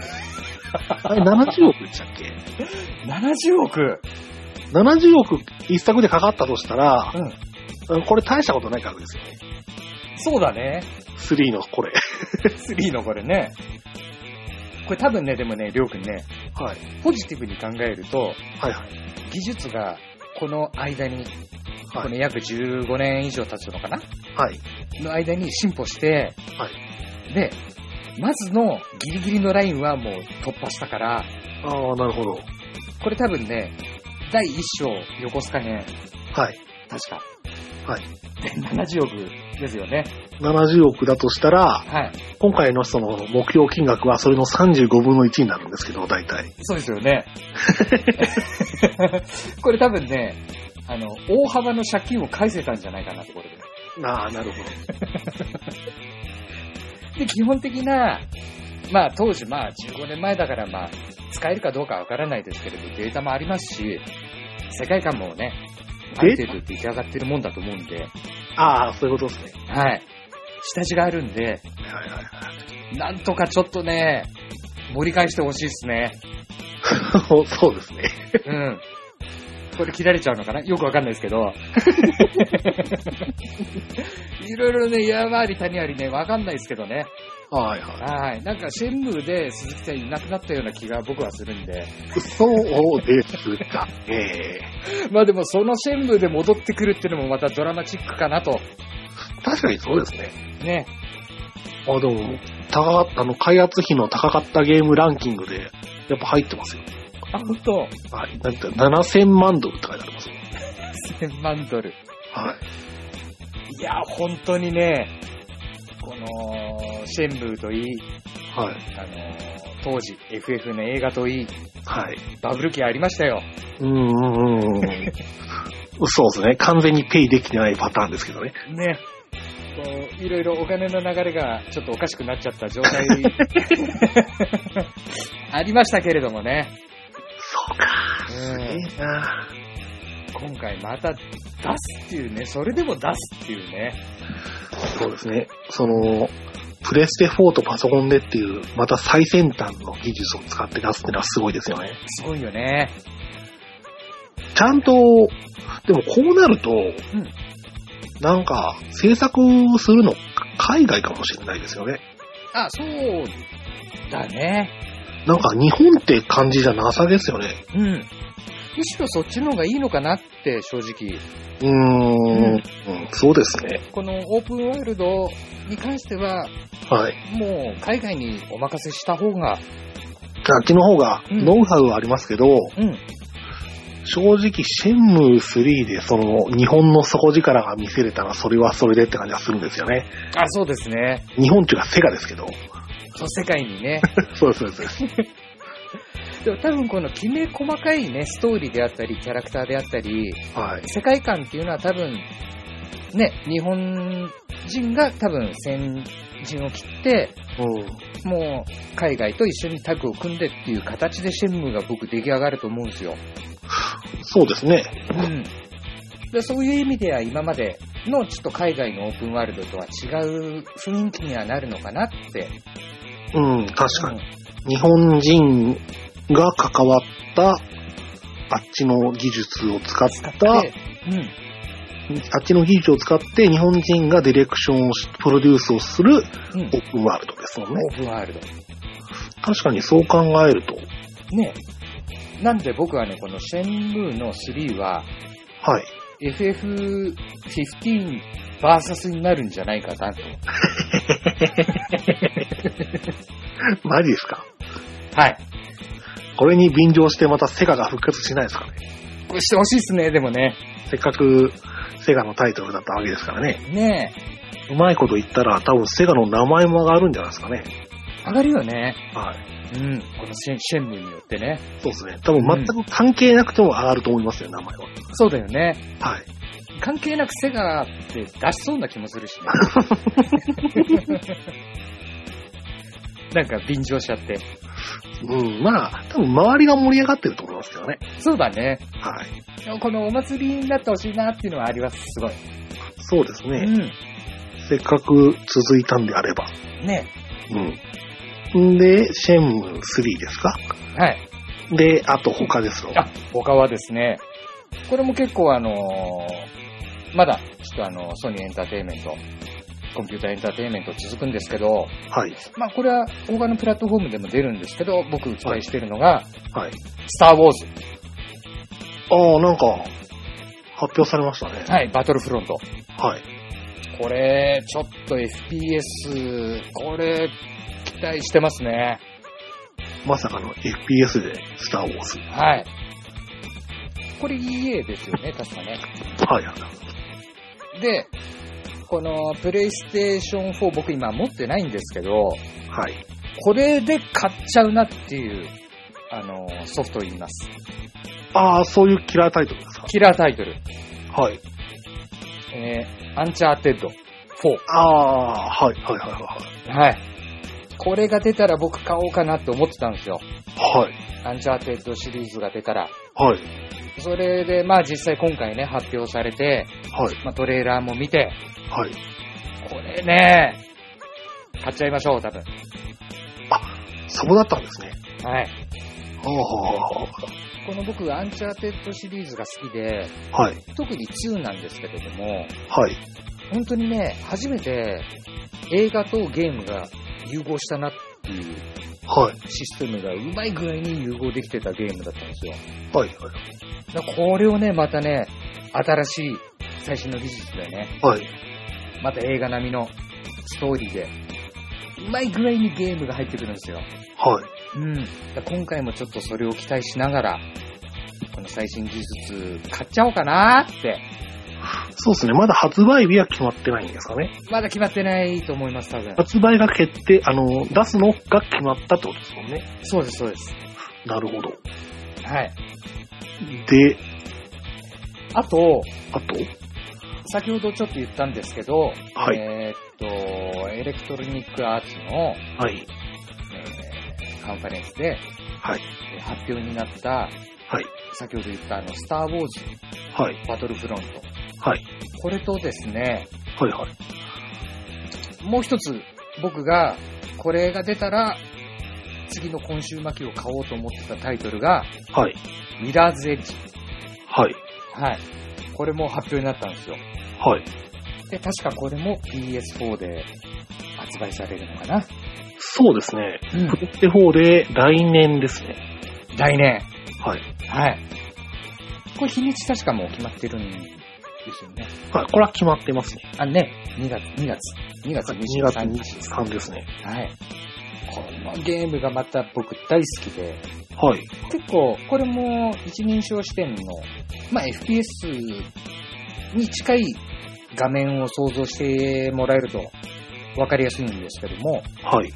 Speaker 1: れ70億でしたっけ
Speaker 2: ?70 億
Speaker 1: ?70 億一作でかかったとしたら、
Speaker 2: うん。
Speaker 1: これ大したことない額ですよね。
Speaker 2: そうだね。
Speaker 1: 3のこれ。
Speaker 2: 3のこれね。これ多分ね、でもね、りょうくんね、
Speaker 1: はい。
Speaker 2: ポジティブに考えると、
Speaker 1: はいはい。
Speaker 2: 技術がこの間に、
Speaker 1: は
Speaker 2: この
Speaker 1: い。
Speaker 2: 約15年以上経つのかな
Speaker 1: はい。
Speaker 2: の間に進歩して、
Speaker 1: は
Speaker 2: で、まずのギリギリのラインはもう突破したから、
Speaker 1: ああ、なるほど。
Speaker 2: これ多分ね、第1章横須賀編、
Speaker 1: はい。
Speaker 2: 確か。
Speaker 1: はい。
Speaker 2: 70億ですよね。
Speaker 1: 70億だとしたら、
Speaker 2: はい。
Speaker 1: 今回のその目標金額はそれの35分の1になるんですけど、大体。
Speaker 2: そうですよね。 これ多分ね、あの、大幅の借金を返せたんじゃないかなってことで。
Speaker 1: ああ、なるほど。
Speaker 2: で、基本的な、まあ当時まあ15年前だからまあ、使えるかどうかわからないですけれど、データもありますし、世界観もね、あ
Speaker 1: デー
Speaker 2: る
Speaker 1: タ
Speaker 2: 程度出来上がってるもんだと思うんで、
Speaker 1: ああ、そういうことですね。
Speaker 2: はい。下地があるんで、
Speaker 1: はいはいはい。
Speaker 2: なんとかちょっとね、盛り返してほしいです ね。
Speaker 1: そうですね。
Speaker 2: うん。これ切られちゃうのかなよくわかんないです けど。いろいろね、山あり谷ありね、わかんないですけどね。
Speaker 1: はいは
Speaker 2: はい。なんか、シェンムーで鈴木さんいなくなったような気が僕はするんで。
Speaker 1: い。そうですか。ええ
Speaker 2: まあでも、そのシェンムーで戻ってくるっていうのもまたドラマチックかなと。
Speaker 1: 確かにそうですね。
Speaker 2: ね。
Speaker 1: あ、でも、高かあの、開発費の高かったゲームランキングで、やっぱ入ってますよ。
Speaker 2: あ、ほんと。
Speaker 1: はい。なんて、7000万ドルって書いてありますよ。
Speaker 2: 1000万ドル。
Speaker 1: はい。
Speaker 2: いや、本当にね、この、シェンムーといい、
Speaker 1: はい。
Speaker 2: あの、当時 FF の映画といい、
Speaker 1: はい。
Speaker 2: バブル期ありましたよ。
Speaker 1: うんうんうんうん。そうですね。完全にペイできてないパターンですけどね。
Speaker 2: ね、こう、いろいろお金の流れがちょっとおかしくなっちゃった状 態、ありましたけれどもね。
Speaker 1: そうか。
Speaker 2: うん
Speaker 1: いいな
Speaker 2: 今回また出すっていうね、それでも出すっていうね。
Speaker 1: そうですね。その、プレステ4とパソコンでっていう、また最先端の技術を使って出すってのはすごいですよね。
Speaker 2: すごいよね。
Speaker 1: ちゃんと、でもこうなると、
Speaker 2: ん
Speaker 1: なんか、制作するの、海外かもしれないですよね。
Speaker 2: あ、そうだね。
Speaker 1: なんか日本って感じじゃなさですよね。
Speaker 2: うん。むしろそっちの方がいいのかなって正直。
Speaker 1: うーん、うん、そうですね。
Speaker 2: このオープンワールドに関しては、
Speaker 1: はい。
Speaker 2: もう海外にお任せした方
Speaker 1: あ
Speaker 2: が、
Speaker 1: っちの方が
Speaker 2: うん
Speaker 1: ノウハウはありますけど、
Speaker 2: うん。
Speaker 1: 正直、シェンムー3でその日本の底力が見せれたらそれはそれでって感じがするんですよね。
Speaker 2: あ、そうですね。
Speaker 1: 日本っていうかセガですけど。
Speaker 2: そう世界に ね、
Speaker 1: そうです、そうですそうです。
Speaker 2: でも多分このきめ細かいね、ストーリーであったり、キャラクターであったり、
Speaker 1: はい。
Speaker 2: 世界観っていうのは多分、ね、日本人が多分先陣を切って、
Speaker 1: う
Speaker 2: もう海外と一緒にタッグを組んでっていう形でシェンムーが僕出来上がると思うんですよ。
Speaker 1: ん。そうですね。
Speaker 2: うん。でそういう意味では今までのちょっと海外のオープンワールドとは違う雰囲気にはなるのかなって。
Speaker 1: うん、確かに。日本人が関わった、あっちの技術を使っ、
Speaker 2: 使った、
Speaker 1: あって
Speaker 2: うん。
Speaker 1: ちの技術を使って日本人がディレクションをし、プロデュースをする
Speaker 2: うん
Speaker 1: オープンワールドですもんね。
Speaker 2: オープンワールド。
Speaker 1: 確かにそう考えると、
Speaker 2: ね。なんで僕はね、このシェンムーの3は
Speaker 1: はい。
Speaker 2: FF15 バーサスになるんじゃないかなと。
Speaker 1: マジですか
Speaker 2: はい。
Speaker 1: これに便乗してまたセガが復活しないですかね。
Speaker 2: これしてほしいっすね、でもね。
Speaker 1: せっかくセガのタイトルだったわけですからね。
Speaker 2: ね
Speaker 1: うまいこと言ったら多分セガの名前も上がるんじゃないですかね。
Speaker 2: え。上がるよね。
Speaker 1: はい。
Speaker 2: うん。このシェシェンムーによってね。
Speaker 1: そうですね。多分全く関係なくても上がると思いますよ、名前は。
Speaker 2: そうだよね。
Speaker 1: はい。
Speaker 2: 関係なくセガって出しそうな気もするしね。 なんか便乗しちゃって。
Speaker 1: うん、まあ、多分周りが盛り上がってると思いますけどね。
Speaker 2: そうだね。
Speaker 1: はい。
Speaker 2: でもこのお祭りになってほしいなっていうのはあります。すごい。
Speaker 1: そうです
Speaker 2: う
Speaker 1: ね。
Speaker 2: ん。
Speaker 1: せっかく続いたんであれば。
Speaker 2: ね
Speaker 1: うん。んで、シェンムー3ですか
Speaker 2: え。はい。
Speaker 1: で、あと他ですよ。
Speaker 2: あ、他はですね、これも結構あのーまだ、ちょっとあの、ソニーエンターテインメント、コンピューターエンターテインメント続くんですけど、
Speaker 1: はい。
Speaker 2: まあこれは他のプラットフォームでも出るんですけど、僕期待してるのが、
Speaker 1: はい。
Speaker 2: スターウォーズ、
Speaker 1: ああ、なんか、発表されましたね。
Speaker 2: はい、バトルフロント。
Speaker 1: はい。
Speaker 2: これ、ちょっと FPS、これ、期待してますね。
Speaker 1: まさかの FPS でスターウォーズ。
Speaker 2: はい。これ EA ですよね、確かね。
Speaker 1: はいはい。
Speaker 2: で、このプレイステーション4僕今持ってないんですけど、
Speaker 1: はい。
Speaker 2: これで買っちゃうなっていう、あの、ソフトを言います。
Speaker 1: ああ、そういうキラータイトルですか
Speaker 2: キラータイトル、
Speaker 1: はい。
Speaker 2: えー、アンチャーテッド4。
Speaker 1: ああ、はい、はい、はい、はい。
Speaker 2: はい。これが出たら僕買おうかなって思ってたんですよ。
Speaker 1: はい。
Speaker 2: アンチャーテッドシリーズが出たら。
Speaker 1: はい。
Speaker 2: それで、まあ実際今回ね、発表されて、
Speaker 1: はい。
Speaker 2: まあトレーラーも見て、
Speaker 1: はい。
Speaker 2: これね、買っちゃいましょう、多分。
Speaker 1: そうだったんですね。
Speaker 2: はい。
Speaker 1: はあは
Speaker 2: この僕、アンチャーテッドシリーズが好きで、
Speaker 1: あはい。
Speaker 2: 特に2なんですけれども、
Speaker 1: はい。
Speaker 2: 本当にね、初めて映画とゲームが融合したなっていう
Speaker 1: はい。
Speaker 2: システムがうまい具合に融合できてたゲームだったんですよ。
Speaker 1: はい。
Speaker 2: だからこれをね、またね、新しい最新の技術でね、
Speaker 1: はい。はい。
Speaker 2: また映画並みのストーリーで、うまい具合にゲームが入ってくるんですよ。
Speaker 1: はい。
Speaker 2: うん。だから今回もちょっとそれを期待しながら、この最新技術買っちゃおうかなーって、
Speaker 1: そうですね。まだ発売日は決まってないんですかね。
Speaker 2: まだ決まってないと思います、多分。
Speaker 1: 発売が決定、あの、出すのが決まったってことですもんね。
Speaker 2: そうです、そうです。
Speaker 1: なるほど。
Speaker 2: はい。
Speaker 1: で、
Speaker 2: あと、
Speaker 1: あと、
Speaker 2: 先ほどちょっと言ったんですけど、
Speaker 1: はい
Speaker 2: えーっと、エレクトロニックアーツの、
Speaker 1: はい。
Speaker 2: えーカンファレンスで、
Speaker 1: はい
Speaker 2: えー発表になった、
Speaker 1: はい。
Speaker 2: 先ほど言ったあの、スター・ウォーズ・
Speaker 1: はい。
Speaker 2: バトルフロント。
Speaker 1: はい。
Speaker 2: これとですね、
Speaker 1: はい。はい。
Speaker 2: もう一つ僕が、これが出たら、次の今週巻きを買おうと思ってたタイトルが、
Speaker 1: はい。
Speaker 2: ウィダーズ・エッジ。
Speaker 1: はい。
Speaker 2: はい。これも発表になったんですよ。
Speaker 1: はい。
Speaker 2: で、確かこれも PS4 で発売されるのかな。
Speaker 1: そうですね。
Speaker 2: うん
Speaker 1: プレステ4で来年ですね。
Speaker 2: 来年。
Speaker 1: はい。
Speaker 2: はい。これ日にち確かもう決まってるんですよね。
Speaker 1: はい。これは決まってますね。
Speaker 2: あ、ね、2月、2月、2月
Speaker 1: 2
Speaker 2: 23
Speaker 1: 月
Speaker 2: 日。
Speaker 1: 23ですね。
Speaker 2: はい。このゲームがまた僕大好きで、
Speaker 1: はい。
Speaker 2: 結構これも一人称視点の、まあ、FPS に近い画面を想像してもらえると分かりやすいんですけども、
Speaker 1: はい。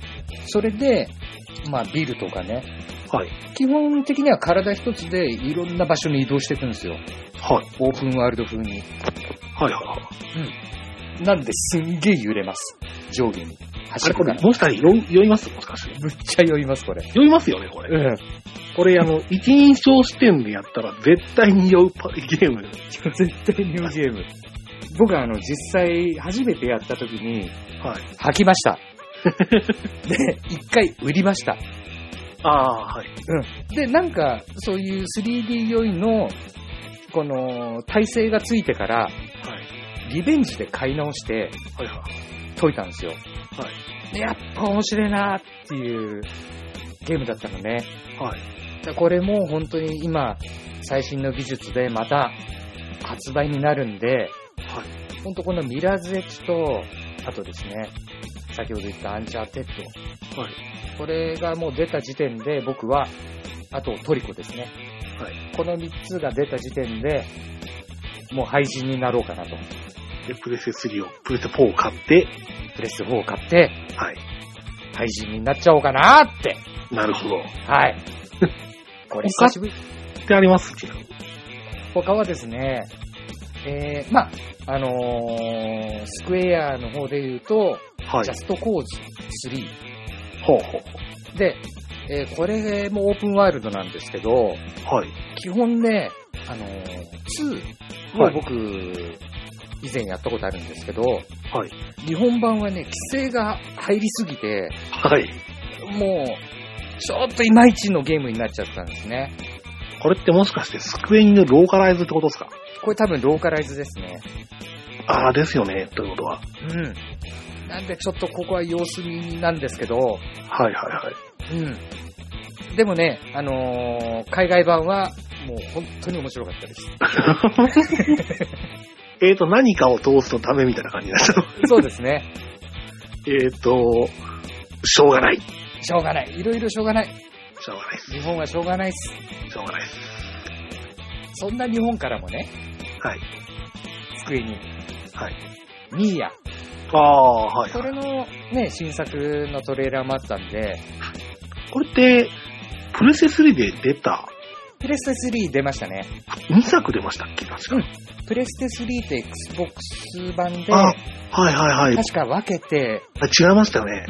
Speaker 2: それで、まあビルとかね、
Speaker 1: はい。
Speaker 2: 基本的には体一つでいろんな場所に移動していくんですよ。
Speaker 1: はい。
Speaker 2: オープンワールド風に。
Speaker 1: はい。はい。
Speaker 2: なんですんげえ揺れます。上下に。
Speaker 1: あ
Speaker 2: 走
Speaker 1: れ、
Speaker 2: るか
Speaker 1: こ
Speaker 2: ら
Speaker 1: れ、。もしかして酔い酔いますもしかして。
Speaker 2: むっちゃ酔います、これ。
Speaker 1: 酔いますよね、これ。
Speaker 2: ん。
Speaker 1: これ、あの、一人称視点でやったら絶対に酔うパゲーム。
Speaker 2: 絶対ニューゲーム。僕はあの、実際、初めてやった時に、
Speaker 1: はい。
Speaker 2: 吐きました。 で、一回売りました。
Speaker 1: ああー、はい。
Speaker 2: で、なんか、そういう 3D 酔いの、この、体勢がついてから、
Speaker 1: はい。
Speaker 2: リベンジで買い直して
Speaker 1: はいはい。
Speaker 2: 解いたんですよ。
Speaker 1: はい。
Speaker 2: で、やっぱ面白いなーっていうゲームだったのね。
Speaker 1: はい。
Speaker 2: でこれも本当に今、最新の技術でまた発売になるんで、
Speaker 1: はい。
Speaker 2: 本当このミラーズエッジと、あとですね、先ほど言ったアンチャーテッド。
Speaker 1: はい。
Speaker 2: これがもう出た時点で僕は、あとトリコですね。
Speaker 1: はい。
Speaker 2: この3つが出た時点で、もう廃人になろうかなと。
Speaker 1: で、プレステ3を、プレステ4を買って、
Speaker 2: プレス4を買って、
Speaker 1: はい。
Speaker 2: 廃人になっちゃおうかなって。
Speaker 1: なるほど。
Speaker 2: はい。これ久しぶり。
Speaker 1: ってありますけど。
Speaker 2: 他はですね、えー、まあ、あのースクエアの方で言うと、
Speaker 1: はい
Speaker 2: ジャ。ストコーズ3。
Speaker 1: ほうほ
Speaker 2: で、えーこれもオープンワールドなんですけ
Speaker 1: う。
Speaker 2: ど、
Speaker 1: はい。
Speaker 2: 基本ね、あのー、2
Speaker 1: は
Speaker 2: はい僕、以前やったことあるんですけど、
Speaker 1: はい。
Speaker 2: 日本版はね、規制が入りすぎて、
Speaker 1: はい。
Speaker 2: もう、ちょっといまいちのゲームになっちゃったんですね。
Speaker 1: これってもしかして、スクエニのローカライズってことですか
Speaker 2: これ多分ローカライズですね。
Speaker 1: ああ、ですよね。ということは。
Speaker 2: うん。なんでちょっとここは様子見なんですけど、
Speaker 1: はいはい はい。
Speaker 2: うん。でもね、あのー海外版はもう本当に面白かったです。
Speaker 1: えーと、何かを通すのためみたいな感じになっちゃう。
Speaker 2: そうですね。
Speaker 1: えーと、しょうがない。
Speaker 2: しょうがない。いろいろしょうがない。
Speaker 1: しょうがないで
Speaker 2: 日本はしょうがないっす。
Speaker 1: す。しょうがないです。
Speaker 2: そんな日本からもね、
Speaker 1: はい。
Speaker 2: 机に、
Speaker 1: はい。
Speaker 2: ニーヤ。
Speaker 1: ああ、はい。
Speaker 2: これのね、新作のトレーラーもあったんで、
Speaker 1: これって、プレセ3で出た、
Speaker 2: プレステ3出ましたね。
Speaker 1: 2作出ましたっけ確か。
Speaker 2: うんプレステ3と Xbox 版で、
Speaker 1: あはいはいはい。
Speaker 2: 確か分けて、
Speaker 1: あ違いましたよね。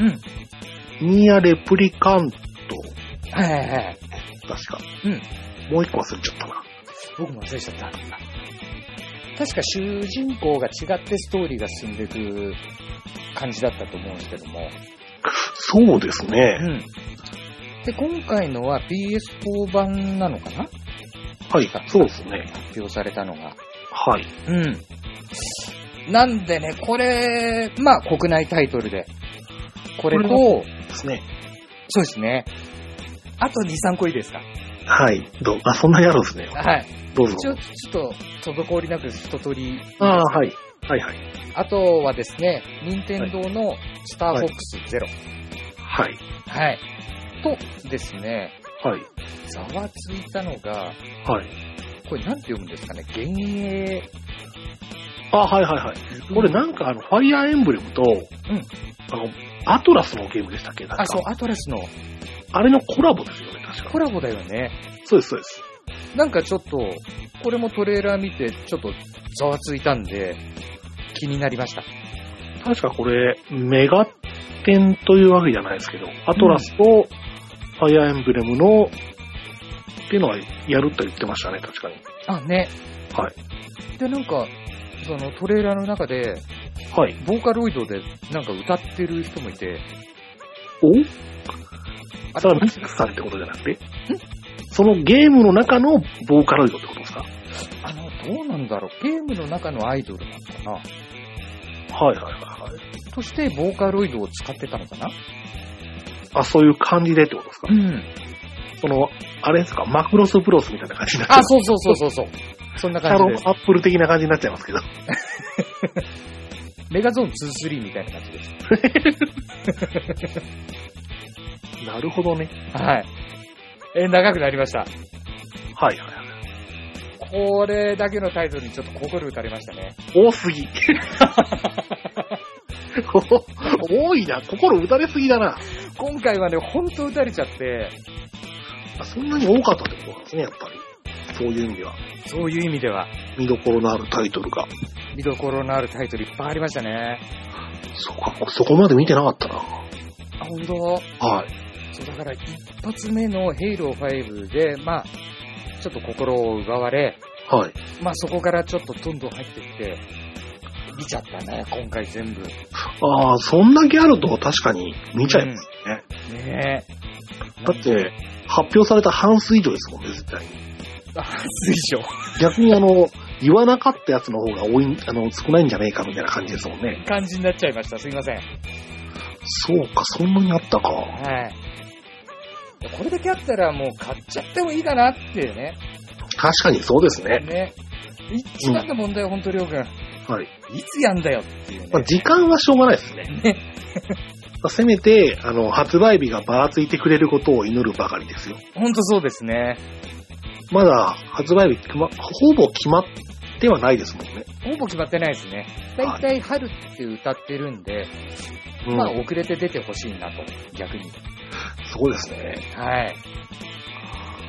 Speaker 2: うん。
Speaker 1: ニア・レプリカント、
Speaker 2: はいはいはい。
Speaker 1: 確か。
Speaker 2: うん。
Speaker 1: もう一個忘れちゃったな。
Speaker 2: 僕も忘れちゃった。確か主人公が違ってストーリーが進んでいく感じだったと思うんですけども。
Speaker 1: そうですね。
Speaker 2: ん。で、今回のは PS4 版なのかな
Speaker 1: はい。そうですね。
Speaker 2: 発表されたのが。
Speaker 1: はい。
Speaker 2: うん。なんでね、これ、まあ国内タイトルで。これと、
Speaker 1: ですね。
Speaker 2: そうですね。あと2、3個いいですか
Speaker 1: はい。どうあ、そんなにあるんですね。
Speaker 2: はい。
Speaker 1: どうぞ。
Speaker 2: 一応、ちょっと、滞りなく一通り。
Speaker 1: ああー、はい。はいはい。
Speaker 2: あとはですね、任天堂のスターフォックスゼロ。
Speaker 1: はい。
Speaker 2: はい。とですね、
Speaker 1: はい。
Speaker 2: ざわついたのが、
Speaker 1: はい。
Speaker 2: これなんて読むんですかね幻影。
Speaker 1: あ、はいはいはい。これなんかあの、ファイアーエンブレムと、
Speaker 2: ん
Speaker 1: あの、アトラスのゲームでしたっけなんか
Speaker 2: あ、そう、アトラスの
Speaker 1: あれのコラボですよね、確か。
Speaker 2: コラボだよね。
Speaker 1: そうです、そうです。
Speaker 2: なんかちょっと、これもトレーラー見て、ちょっとざわついたんで、気になりました。
Speaker 1: 確かこれ、メガテンというわけじゃないですけど、アトラスとファイアーエンブレムの、っていうのはやると言ってましたね、確かに。
Speaker 2: あ、ね。
Speaker 1: はい。
Speaker 2: で、なんか、そのトレーラーの中で、
Speaker 1: はい。
Speaker 2: ボーカロイドでなんか歌ってる人もいて、
Speaker 1: お
Speaker 2: あ
Speaker 1: それはミックスされってことじゃなくてそのゲームの中のボーカロイドってことですか
Speaker 2: あの、どうなんだろう。ゲームの中のアイドルなのかな
Speaker 1: はいはいはいはい。
Speaker 2: として、ボーカロイドを使ってたのかな
Speaker 1: あ、そういう感じでってことですか、
Speaker 2: ん。
Speaker 1: その、あれですかマクロスブロスみたいな感じになっちゃ
Speaker 2: あ、
Speaker 1: う。
Speaker 2: そうそうそうそうそう。そんな
Speaker 1: キャ
Speaker 2: 感じ
Speaker 1: ロ
Speaker 2: で
Speaker 1: ン
Speaker 2: す。
Speaker 1: アップル的な感じになっちゃいますけど。
Speaker 2: メガゾーン2-3みたいな感じです。
Speaker 1: なるほどね。
Speaker 2: はい。えー、長くなりました。
Speaker 1: はいはいはい。
Speaker 2: これだけのタイトルにちょっと心打たれましたね。
Speaker 1: 多すぎ。 多いな。心打たれすぎだな。
Speaker 2: 今回はね、ほんと打たれちゃって、
Speaker 1: あそんなに多かったってことなんですね、やっぱり。そういう意味では。
Speaker 2: そういう意味では、
Speaker 1: 見どころのあるタイトルが。
Speaker 2: 見どころのあるタイトルいっぱいありましたね。
Speaker 1: そうか、そこまで見てなかったな。
Speaker 2: あ、ほんと
Speaker 1: はい。
Speaker 2: そう、だから一発目のヘイロー5で、まあ、ちょっと心を奪われ、
Speaker 1: はい。
Speaker 2: まあそこからちょっとどんどん入ってって、見ちゃったね、今回全部。
Speaker 1: ああ、そんだけあると確かに見ちゃいますね。
Speaker 2: ねえ。
Speaker 1: だって、発表された半数以上ですもんね、絶対に。
Speaker 2: あ、水晶。
Speaker 1: 逆にあの、言わなかったやつの方が多い、あの、少ないんじゃねえかみたいな感じですもんね。
Speaker 2: 感じになっちゃいました。すいません。
Speaker 1: そうか、そんなにあったか。
Speaker 2: はい。これだけあったらもう買っちゃってもいいかなっていうね。
Speaker 1: 確かにそうですね。
Speaker 2: ね。一番の問題は本当、りょうくん。
Speaker 1: はい。
Speaker 2: いつやんだよっていうね。
Speaker 1: まあ、時間はしょうがないです ね。
Speaker 2: ね。
Speaker 1: まあせめて、あの、発売日がばらついてくれることを祈るばかりですよ。
Speaker 2: 本当そうですね。
Speaker 1: まだ発売日、ま、ほぼ決まってはないですもんね。
Speaker 2: ほぼ決まってないですね。だいたい春って歌ってるんで、
Speaker 1: うん、
Speaker 2: まあ遅れて出てほしいなと、逆に。
Speaker 1: そうですね。
Speaker 2: はい。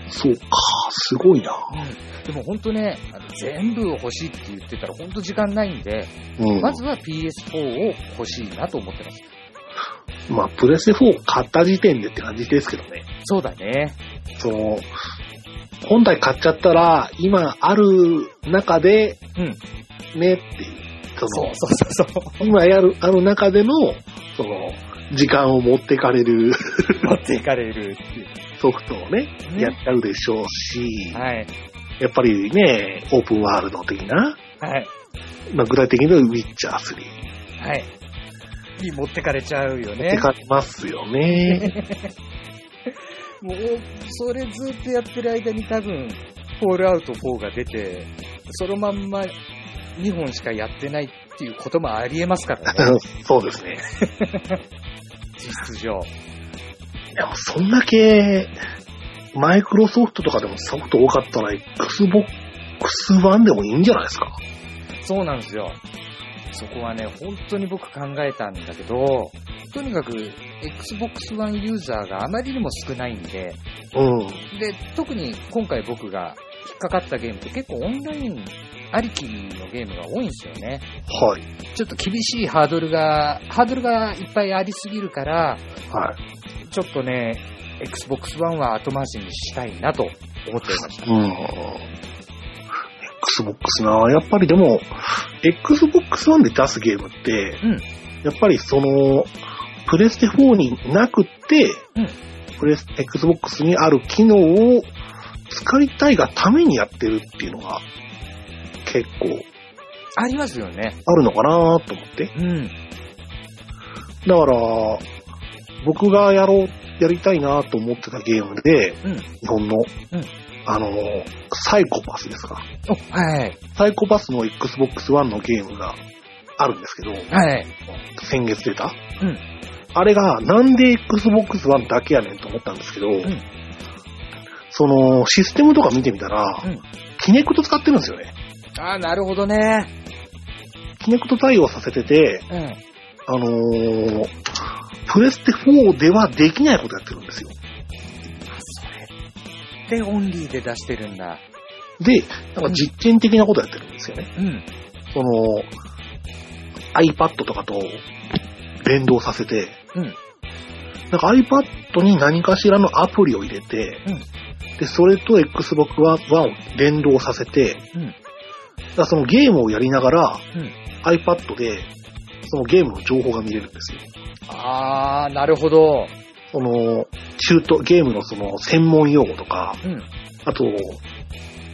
Speaker 1: そうか、すごいな。
Speaker 2: でも本当ね、あの全部欲しいって言ってたら本当時間ないんで、
Speaker 1: うん。
Speaker 2: まずは PS4 を欲しいなと思ってます。
Speaker 1: まあ、プレステ4買った時点でって感じですけどね。
Speaker 2: そうだね。
Speaker 1: その、本体買っちゃったら、今ある中で、
Speaker 2: うん。
Speaker 1: ねっていう。そ
Speaker 2: そう
Speaker 1: の、
Speaker 2: そうそうそう。
Speaker 1: 今やる、ある中での、その、時間を持ってかれる
Speaker 2: 持っていかれるっていう。
Speaker 1: ソフトをね、やっちゃうでしょうし、
Speaker 2: はい。
Speaker 1: やっぱりね、オープンワールド的な、
Speaker 2: はい。
Speaker 1: まあ、具体的にはウィッチャー3っ
Speaker 2: はい。に持ってかれちゃうよね
Speaker 1: て。感じますよね。
Speaker 2: もう、それずっとやってる間に多分、フォールアウト4が出て、そのまんま2本しかやってないっていうこともありえますから ね。
Speaker 1: そうですね。
Speaker 2: 実質上。
Speaker 1: でも、そんだけ、マイクロソフトとかでもソフト多かったら、Xbox One でもいいんじゃないですか。
Speaker 2: そうなんですよ。そこはね、本当に僕考えたんだけど、とにかく Xbox One ユーザーがあまりにも少ないんで、
Speaker 1: うん。
Speaker 2: で、特に今回僕が引っかかったゲームって結構オンラインありきのゲームが多いんですよね。
Speaker 1: はい。
Speaker 2: ちょっと厳しいハードルが、ハードルがいっぱいありすぎるか
Speaker 1: は
Speaker 2: ら、
Speaker 1: い。
Speaker 2: ちょっとね、Xbox One は後回しにしたいなと思っていました。
Speaker 1: うん。Xbox なやっぱりでも、Xbox One で出すゲームって、
Speaker 2: うん
Speaker 1: やっぱりその、プレステ4になくって、
Speaker 2: うん
Speaker 1: プレス、Xbox にある機能を使いたいがためにやってるっていうのが、結構
Speaker 2: ありますよね。
Speaker 1: あるのかなと思って。
Speaker 2: うん。
Speaker 1: だから、僕がやろう、やりたいなと思ってたゲームで、
Speaker 2: うん
Speaker 1: 日本の、
Speaker 2: うん
Speaker 1: あの、サイコパスですか。
Speaker 2: お、はい。
Speaker 1: サイコパスの Xbox One のゲームがあるんですけど、
Speaker 2: はい。
Speaker 1: 先月出た、
Speaker 2: うん
Speaker 1: あれがなんで Xbox One だけやねんと思ったんですけど、
Speaker 2: ん
Speaker 1: そのシステムとか見てみたら、
Speaker 2: うん
Speaker 1: キネクト使ってるんですよね。
Speaker 2: ああ、なるほどね。
Speaker 1: キネクト対応させてて、
Speaker 2: うん。
Speaker 1: あのープレステ4ではできないことやってるんですよ。
Speaker 2: あ、それってオンリーで出してるんだ。
Speaker 1: で、なんか実験的なことやってるんですよね。
Speaker 2: うん。
Speaker 1: その、iPad とかと連動させて、
Speaker 2: うん
Speaker 1: なんか iPad に何かしらのアプリを入れて、で、それと Xbox One を連動させて、
Speaker 2: うん
Speaker 1: だからそのゲームをやりながら、
Speaker 2: うん
Speaker 1: iPad でそのゲームの情報が見れるんですよ。
Speaker 2: ああ、なるほど。
Speaker 1: その、中途、ゲームのその専門用語とか、
Speaker 2: うん。
Speaker 1: あと、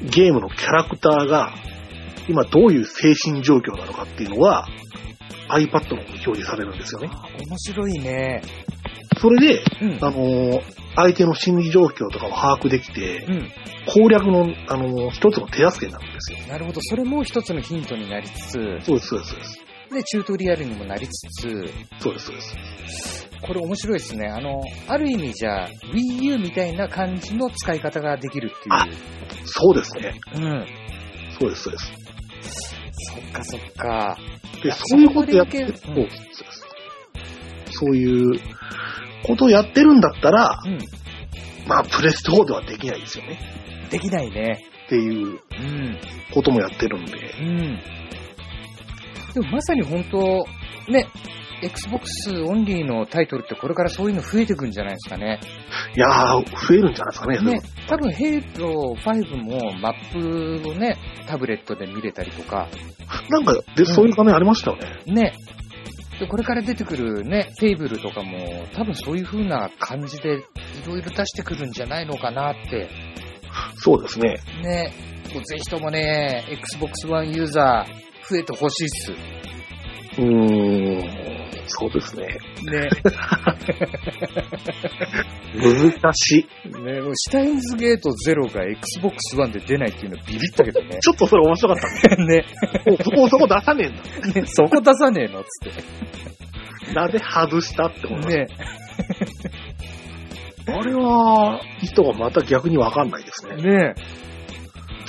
Speaker 1: ゲームのキャラクターが、今どういう精神状況なのかっていうのは、iPad の方に表示されるんですよね。
Speaker 2: あー面白いね。
Speaker 1: それで、
Speaker 2: うん
Speaker 1: あのー相手の心理状況とかを把握できて
Speaker 2: う、ん。
Speaker 1: 攻略の、あのー一つの手助けになるんですよ。
Speaker 2: なるほど。それも一つのヒントになりつつ、
Speaker 1: そうです、そうです、そうです。
Speaker 2: で、チュートリアルにもなりつつ、
Speaker 1: そうです、そうです。
Speaker 2: これ面白いですね。あの、ある意味じゃあ、Wii U みたいな感じの使い方ができるって
Speaker 1: そうですね。
Speaker 2: いう。うん。
Speaker 1: そうです、そうです。
Speaker 2: そっかそっか。
Speaker 1: で、そういうことやって、
Speaker 2: うん
Speaker 1: そうです、そうです。そういうことをやってるんだったら、
Speaker 2: うん。
Speaker 1: まあ、プレステ4ではできないですよね。
Speaker 2: できないね。
Speaker 1: っていう
Speaker 2: うん。
Speaker 1: こともやってるんで。
Speaker 2: うん。でもまさに本当、ね、Xbox オンリーのタイトルってこれからそういうの増えてくんじゃないですかね。
Speaker 1: いやー、増えるんじゃないですかね。
Speaker 2: ね、多分ヘイロー5もマップをね、タブレットで見れたりとか、
Speaker 1: なんか、で、そういう画面ありましたよね。
Speaker 2: ね。で、これから出てくるね、フェイブルとかも、多分そういう風な感じで、いろいろ出してくるんじゃないのかなって、
Speaker 1: そうですね。
Speaker 2: ね。こうぜひともね、Xbox One ユーザー、増えてほしいっす。
Speaker 1: うーん、そうですね。
Speaker 2: ね。
Speaker 1: 難しい。
Speaker 2: ね、もうシュタインズゲートゼロが Xbox One で出ないっていうのビビったけどね。
Speaker 1: ちょっとそれ面白かっ
Speaker 2: ね。
Speaker 1: た。も うそこ、そこ出さねえんだ。
Speaker 2: ね、そこ出さねえのっつっ
Speaker 1: なぜ外したって思いま
Speaker 2: て。
Speaker 1: し
Speaker 2: ね。
Speaker 1: た。あれは、意図がまた逆にわかんないですね。
Speaker 2: ね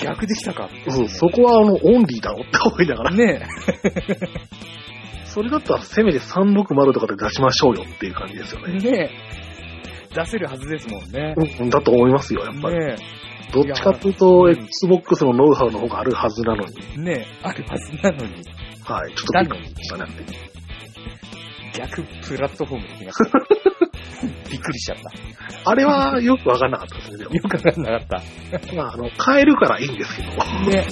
Speaker 2: 逆できたか。
Speaker 1: うん、そこはあの、オンリーだろって思いながら、
Speaker 2: ね
Speaker 1: それだったらせめて360とかで出しましょうよっていう感じですよね。
Speaker 2: ね出せるはずですもんね。
Speaker 1: うん、だと思いますよ、やっぱり。
Speaker 2: ね
Speaker 1: どっちかというと、Xbox のノウハウの方があるはずなのに、
Speaker 2: ねあるはずなのに、
Speaker 1: はい、ちょっとびっくりしたね。
Speaker 2: 逆プラットフォーム的な。びっくりしちゃった。
Speaker 1: あれはよくわかんなかったですね、でも
Speaker 2: よくわかんなかっ
Speaker 1: まあ、あの、買えるからいいんですけど。
Speaker 2: た。ね